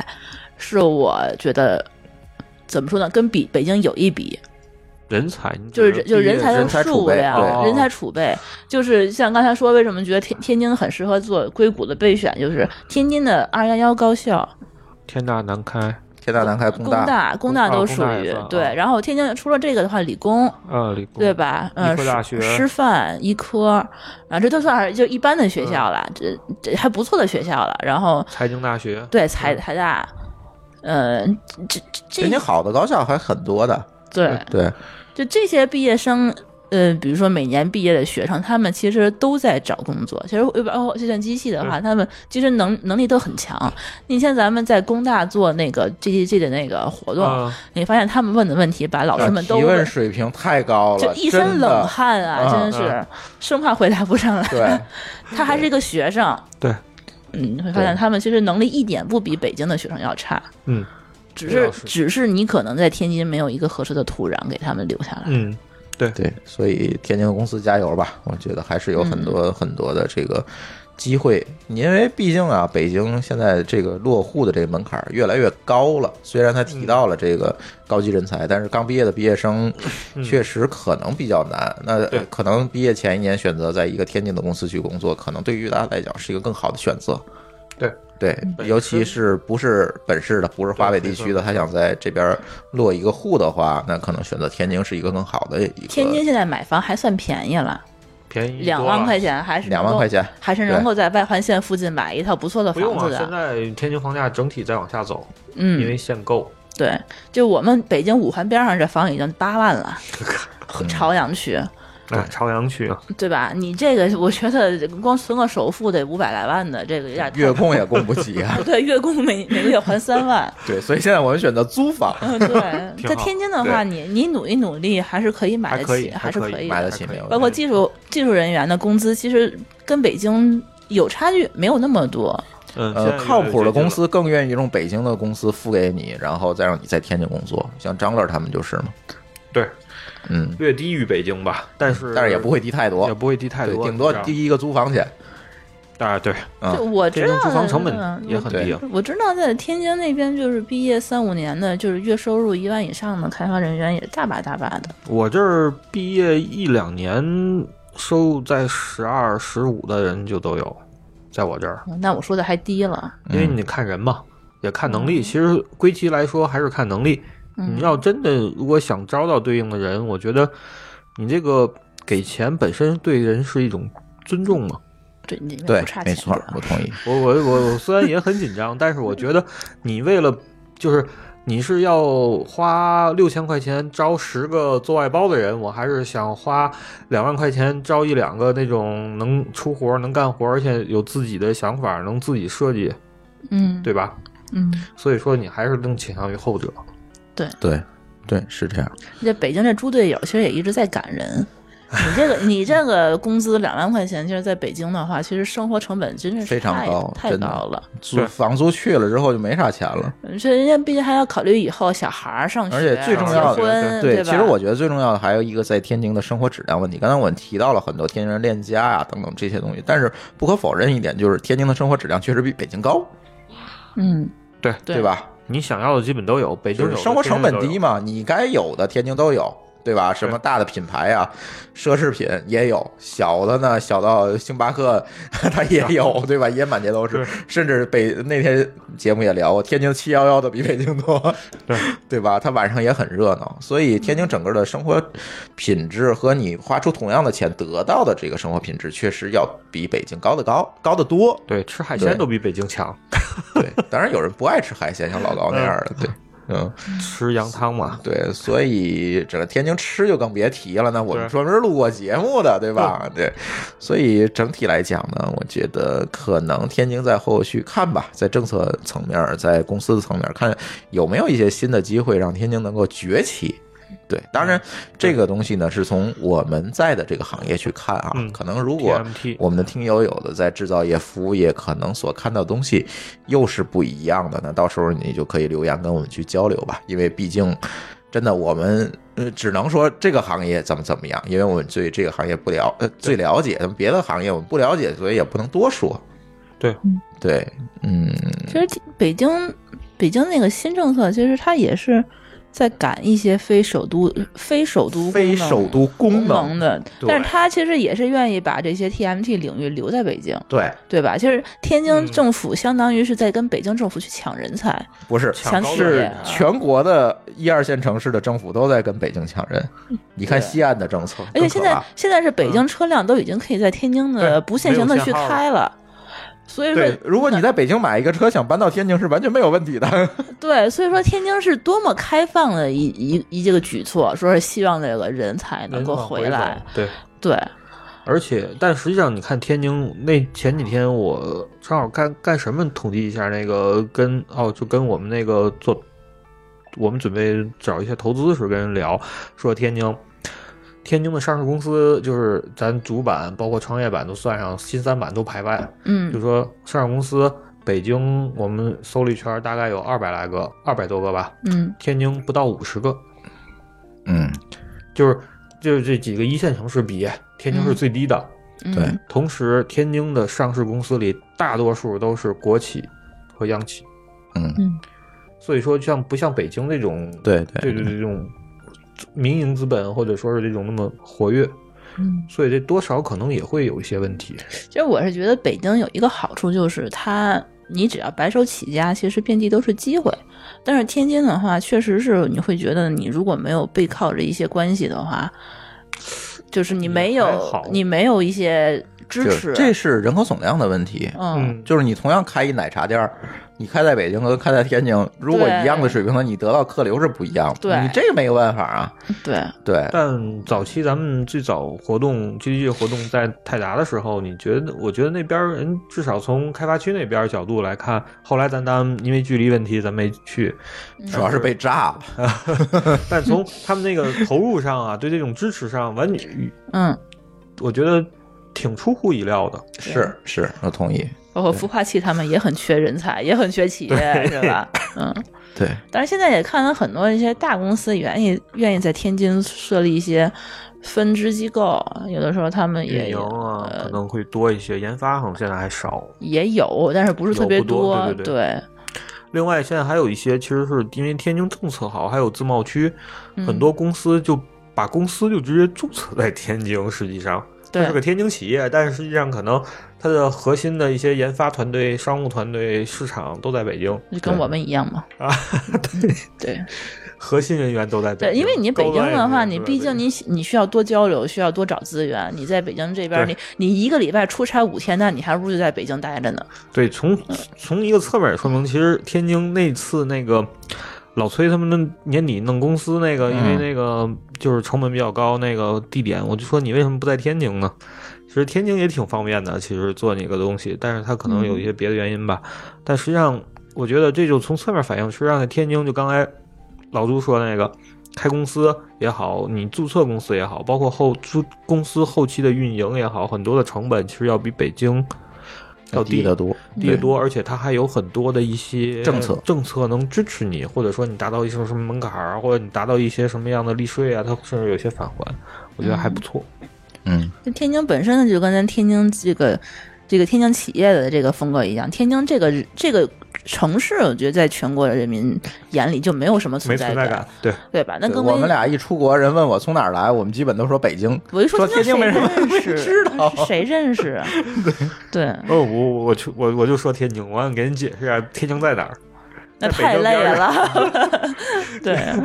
是我觉得怎么说呢，跟比北京有一比，
人才，你
就是
指
人就是
毕业
人才
人
的
才储
数
备哦
量、
对
人才储备。就是像刚才说，为什么觉得天天津很适合做硅谷的备选，就是天津的二幺幺高校、
天大南开，
天大南开工
工
大，
大、工大
工
都
啊
属
工大也
于
算啊
对。然后天津除了这个的话，理工。
呃，理工
对？吧？嗯，
医科
师
大学
师范、医科，啊，这都算是就一般的学校了，
嗯
这这还不错的学校了。然后
财经大学，
对财财大，呃，这这
嗯人家
这
好的高校还很多的。
对，
对，
就这些毕业生。呃，比如说每年毕业的学生，他们其实都在找工作。其实呃包括计算机系的话，他们其实能能力都很强。那天咱们在工大做那个 GTG 的那个活动，
嗯
你发现他们问的问题把老师们
啊
都
提
问
问水平太高
就
了，
一
真
身
的
冷。汗啊，
嗯
真是生怕回答不上来。
对，
他还是一个学生。
对，
嗯，你会发现
对
他们其实能力一点不比北京的学生要差，
嗯
只
这
是
倒是
只是你可能在天津没有一个合适的土壤给他们留下来。
嗯，
对，所以天津的公司加油吧！我觉得还是有很多、
嗯
很多的这个机会，因为毕竟啊，北京现在这个落户的这个门槛儿越来越高了。虽然他
嗯
提到了这个高级人才，但是刚毕业的毕业生确实可能比较难。那
嗯对
可能毕业前一年选择在一个天津的公司去工作，可能对于大家来讲是一个更好的选择。
对
对，
本
尤其
市
是不是本市的，不是华北地区的，他想在这边落一个户的话，那可能选择天津是一个更好的一个。
天津现在买房还算便宜了，
便宜嗯
两
多了
万块，钱还是能够
两万块，钱，
还是能够在外环线附近买一套不错的
不用
房
啊
子。
现
的。
在天津房价整体在往下走，因为
嗯，
限购。
对，就我们北京五环边上这房已经八 万了，朝阳区。
嗯
哎，朝阳区啊，
对吧？你这个我觉得光存个首付得五百来万的，这个有点太
月供也供不起 啊。
对，月供每每个月还三万。
对，所以现在我们选择租房，
嗯，对，
挺
在
好
天津的话，你你努一努力还是可以买
还
得
可
起，
以，
还是
可
以
买得
的。
起没有
包括技术技术人员的工资，其实跟北京有差距，没有那么多。
嗯，现在
呃，
有
靠谱的公
有
司更愿意用北京的公司付给你，然后再让你在天津工作，像张乐他们就是嘛，
对
嗯，
略低于北京吧，但是
但是也不会低太多
也，不会低太
对，
多，
顶多
你知道
低一个租房钱，
啊，对，
啊
就我
天
知
津
道
住房
的
成本
嗯
也很
对
低啊。
我知道在天津那边，就是毕业三五年的，就是月收入一万以上的开发人员也大把大把的。
我这儿毕业一两年，收入在十二、十五的人就都有，在我这儿，
那我说的还低了，
因
嗯
为你看人嘛，也看能
嗯
力。其实归其来说，还是看能力。你
嗯
要真的如果想招到对应的人，我觉得你这个给钱本身对人是一种尊重嘛。
对，你那边
对
不差，钱
没错
的，
我同意，
我我我我虽然也很紧张，但是我觉得你为了就是你是要花六千块钱招十个做外包的人，我还是想花两万块钱招一两个那种能出活、能干活，而且有自己的想法、能自己设计，
嗯，
对，吧？
嗯。
所以说你还是更倾向于后者。
对，对，是这样，
这北京这猪队友其实也一直在赶人。你这个你这个工资两万块钱，其实在北京的话，其实生活成本真是
非常
太
高
太
真的
高了。
租房租去了之后就没啥钱了。
所以人家毕竟还要考虑以后小孩儿上学，啊
而且最重要的
结婚，
嗯对，
吧？
其实我觉得最重要的还有一个在天津的生活质量问题。刚才我们提到了很多天津人恋家啊等等这些东西，但是不可否认一点就是天津的生活质量确实比北京高，
嗯，
对，
对
对吧？
你想要的基本都有，北京
就是
有的
生活成本低
天津
嘛，你该有的天津都有，对吧？什么大的品牌啊，奢侈品也有，小的呢，小到星巴克 它也有，对吧？也满街都是
对，
甚至北那天节目也聊过，天津七幺幺的比北京多，
对
对吧？它晚上也很热闹，所以天津整个的生活品质和你花出同样的钱得到的这个生活品质，确实要比北京高得高，高得多。
都有对吃海
对
鲜都比北京强，
对，当然有人不爱吃海鲜，像老高那样的，对，嗯。
吃羊汤嘛。
对，所以整个天津吃就更别提了。那我们
对
专门录过节目的，对吧？对，所以整体来讲呢，我觉得可能天津在后续看吧，在政策层面儿，在公司的层面儿，看有没有一些新的机会让天津能够崛起。对，当
嗯
然这个东西呢，是从我们在的这个行业去看啊。
嗯
可能如果
TMT
我们的听友有的在制造业、服务业，可能所看到的东西又是不一样的。那到时候你就可以留言跟我们去交流吧，因为毕竟真的我们呃，只能说这个行业怎么怎么样，因为我们对这个行业不了，呃，最了解，别的行业我们不了解，所以也不能多说。
对，
对，嗯，
其实北京北京那个新政策，其实它也是在赶一些非首都非首都
非
功能
首都功能，
功的，
对
但是它其实也是愿意把这些 TMT 领域留在北京，
对，
对吧？其实天
嗯
津政府相当于是在跟北京政府去抢人才，
不是
抢
抢
高
企
端
业
是
人
啊。
全国的一二线城市的政府都在跟北京抢人。你看西安的政策，
嗯而且现在
更可怕嗯
现在是北京车辆都已经可以在天津的不限行的去开了，所以说
对，如果你在北京买一个车，想搬到天津是完全没有问题的。
对，所以说天津是多么开放的一一一这个举措，说是希望这个人才能够
人往
回来
走，对，
对，
而且，但实际上，你看天津那前几天，我正好干干什么统计一下那个跟哦，就跟我们那个做，我们准备找一些投资时跟人聊，说天津，天津的上市公司就是咱主板包括创业板都算上，新三板都排外，就
嗯
说上市公司北京我们搜了一圈，大概有二百来个，二百多个吧，
嗯
天津不到五十个，
嗯，
就是就是这几个一线城市比，天津是
嗯
最低的。
嗯，
对
同时，天津的上市公司里大多数都是国企和央企，
嗯
嗯
所以说像不像北京这种
对
这
对
这这种民营资本或者说是这种那么活跃，
嗯。
所以这多少可能也会有一些问题。
其实我是觉得北京有一个好处，就是它你只要白手起家，其实遍地都是机会。但是天津的话，确实是你会觉得，你如果没有背靠着一些关系的话，就是你没
也还
有
好
你没有一些支
就是
持。啊
这是人口总量的问题。
嗯，
就是你同样开一奶茶店儿，你开在北京和开在天津，如果
对
一样的水平呢，你得到客流是不一样的。
对
你这没有办法啊。
对，
对，
但早期咱们最早活动 GG 活动在泰达的时候，你觉得？我觉得那边儿人至少从开发区那边儿角度来看，后来咱咱们因为距离问题咱没去，
主要是被炸了。
但从他们那个投入上啊，对这种支持上，完全
嗯，
我觉得挺出乎意料的。
是是，我同意。
包括孵化器他们也很缺人才，也很缺企业，是 吧？嗯，
对，
但是现在也看到很多一些大公司愿意愿意在天津设立一些分支机构，有的时候他们也
运营
有
啊，
呃
可能会多一些，研发可能现在还少。
也有，但是不是特别
有不多对对对
对，
另外，现在还有一些，其实是因为天津政策好，还有自贸区，
嗯
很多公司就把公司就直接注册在天津。实际上，它
对
是个天津企业，但是实际上可能它的核心的一些研发团队、商务团队、市场都在北京，
就跟我们一样嘛。嗯
啊，
对
核心人员都在北京。
对，因为你北
高
京
端人
的
员
话，
都
你
在
毕
北京
竟你你需要多交流，需要多找资源。你在北京这边，
对
你你一个礼拜出差五天，那你还不如就在北京待着呢。
对，从从一个侧面也说明，其实天津那次那个老崔他们那年底弄公司那个，因为
嗯
那个就是成本比较高，那个地点，我就说你为什么不在天津呢？其实天津也挺方便的，其实做你个东西，但是它可能有
嗯
一些别的原因吧。但实际上，我觉得这就从侧面反映，实际上在天津就刚才老朱说的那个。开公司也好，你注册公司也好，包括后出公司后期的运营也好，很多的成本其实要比北京要低
得多，
低得多，而且它还有很多的一些
政策
政策能支持你，或者说你达到一些什么门槛儿，或者你达到一些什么样的利税啊，它甚至有些返还，我觉得还不错。
嗯，
就天津本身呢，就跟咱天津这个这个天津企业的这个风格一样，天津这个这个城市，我觉得在全国的人民眼里就没有什么
没
嗯存在
存
感，
在感，对，
对吧？那
对
更
我
没
们俩一出国，人问我从哪儿来，我们基本都说北京。
我一
说
说
天津
谁
没人
认识，
知道
谁认识啊？对
哦，我我我去我我就说天津，我想给你解释一下天津在哪儿。
那
在北
太
京
累
边儿
了， 对。啊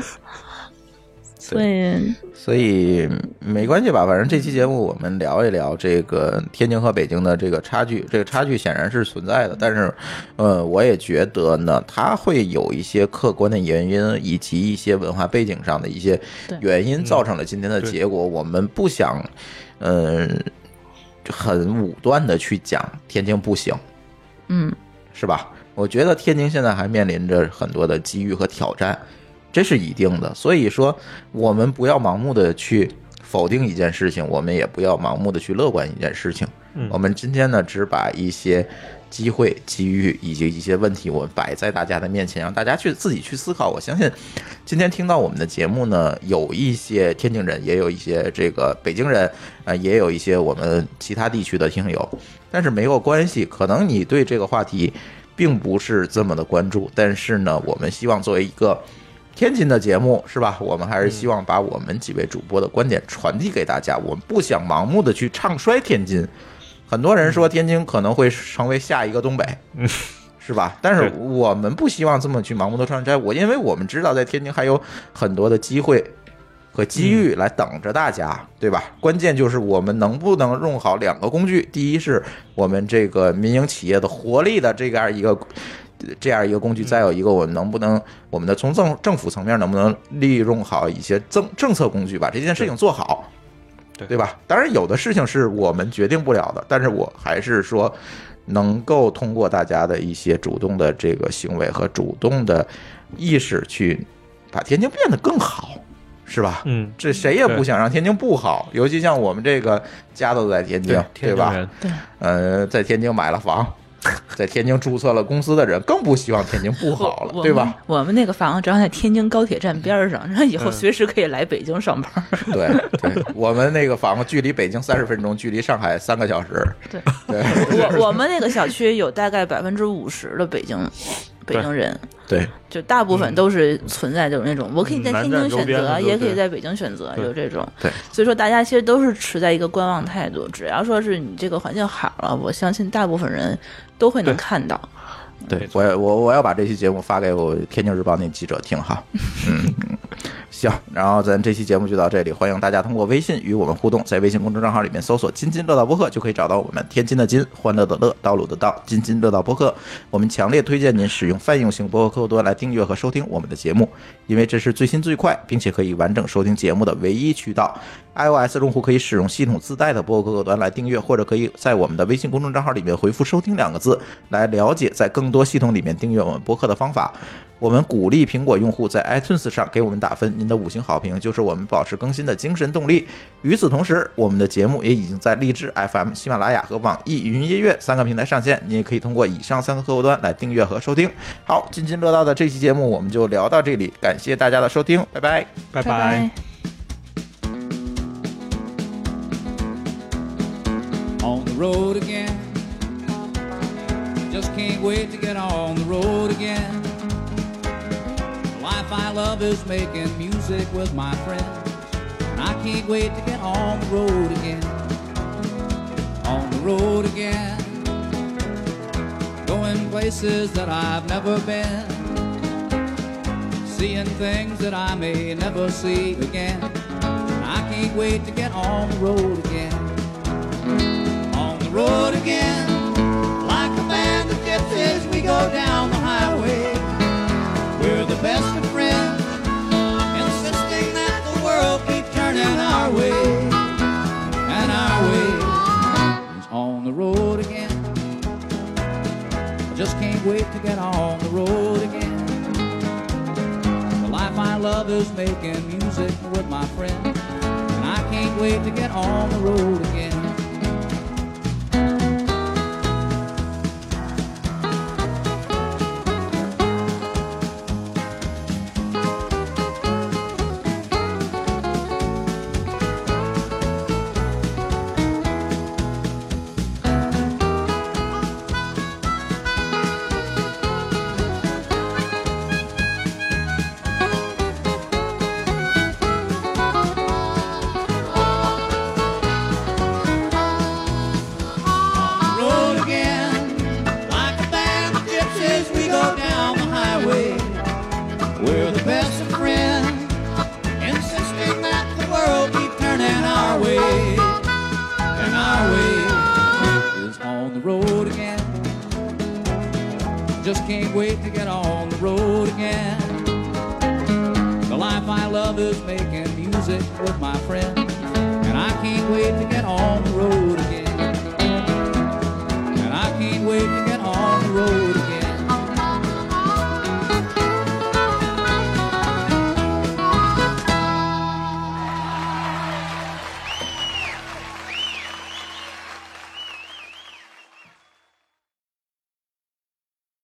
所以，
所以没关系吧，反正这期节目我们聊一聊这个天津和北京的这个差距，这个差距显然是存在的，但是，呃，我也觉得呢，它会有一些客观的原因，以及一些文化背景上的一些
对
原因，造成了今天的
对
结果。我们不想，嗯、很武断的去讲天津不行，
嗯，
是吧？我觉得天津现在还面临着很多的机遇和挑战，这是一定的。所以说，我们不要盲目的去否定一件事情，我们也不要盲目的去乐观一件事情。
嗯
我们今天呢，只把一些机会、机遇以及一些问题，我们摆在大家的面前，让大家去自己去思考。我相信今天听到我们的节目呢，有一些天津人，也有一些这个北京人，呃，也有一些我们其他地区的听友，但是没有关系，可能你对这个话题并不是这么的关注，但是呢，我们希望作为一个天津的节目是吧？我们还是希望把我们几位主播的观点传递给大家，我们不想盲目的去唱衰天津。很多人说天津可能会成为下一个东北， 嗯，是吧？但是
对
我们不希望这么去盲目的唱衰。我因为我们知道在天津还有很多的机会和机遇来等着大家，对吧？关键就是我们能不能用好两个工具，第一是我们这个民营企业的活力的这样一个。这样一个工具，再有一个，我们能不能，我们的从政政府层面能不能利用好一些政政策工具，把这件事情做好，对吧？当然，有的事情是我们决定不了的，但是我还是说，能够通过大家的一些主动的这个行为和主动的意识，去把天津变得更好，是吧？
嗯，
这谁也不
对
想让天津不好，尤其像我们这个家都在天津，
对，
嗯对
天津
吧？
人，
呃，在天津买了房， 在天津注册了公司的人，更不希望天津不好了，对吧？？
我们我们那个房子正好在天津高铁站边儿上，然后以后
嗯
随时可以来北京上班。
对对，我们那个房子距离北京三十分钟，距离上海三个小时，
对
对
我我们那个小区有大概百分之五十的北京北京人，
对。
就大部分都是存在就是那种，我可以在天
嗯
津
南站周
选
边
择，
的
也
对
可以在北京选择，
对
就这种。
对，
所以说大家其实都是持在一个观望态度，只要说是你这个环境好了，我相信大部分人都会能看到。
对
没错
我要我我要把这期节目发给我天津日报那记者听哈。嗯， 行，然后咱这期节目就到这里，欢迎大家通过微信与我们互动，在微信公众账号里面搜索“津津乐道播客”就可以找到我们天津的津、欢乐的乐、道路的道、津津乐道播客。我们强烈推荐您使用泛用型播客客户端来订阅和收听我们的节目，因为这是最新最快，并且可以完整收听节目的唯一渠道。iOS 用户可以使用系统自带的播客客户端来订阅，或者可以在我们的微信公众账号里面回复“收听”两个字，来了解在更多系统里面订阅我们播客的方法。我们鼓励苹果用户在 iTunes 上给我们打分，您的五星好评就是我们保持更新的精神动力。与此同时，我们的节目也已经在荔枝 FM、喜马拉雅和网易云音乐三个平台上线，你也可以通过以上三个客户端来订阅和收听。好，津津乐道的这期节目我们就聊到这里，感谢大家的收听，拜拜。
拜拜。
on the road again. Just can't wait to get on the road again. The life I love is making music with my friends. And I can't wait to get on the road again. On the road again. Going places that I've never been. Seeing things that I may never see again. And I can't wait to get on the road again on the road again. Like a band of gypsies, we go down the highway. We're the best of friends, insisting that the world keep turning our way. And our way is on the road again. I just can't wait to get on the road again. The life I love is making music with my friends. And I can't wait to get on the road again. road again. Like a band of gypsies, we go down the highway. We're the best of friends, insisting that the world keep turning our way. And our way is on the road again. Just can't wait to get on the road again. The life I love is making music with my friends, and I can't wait to get on the road again. And I can't wait to get on the road again.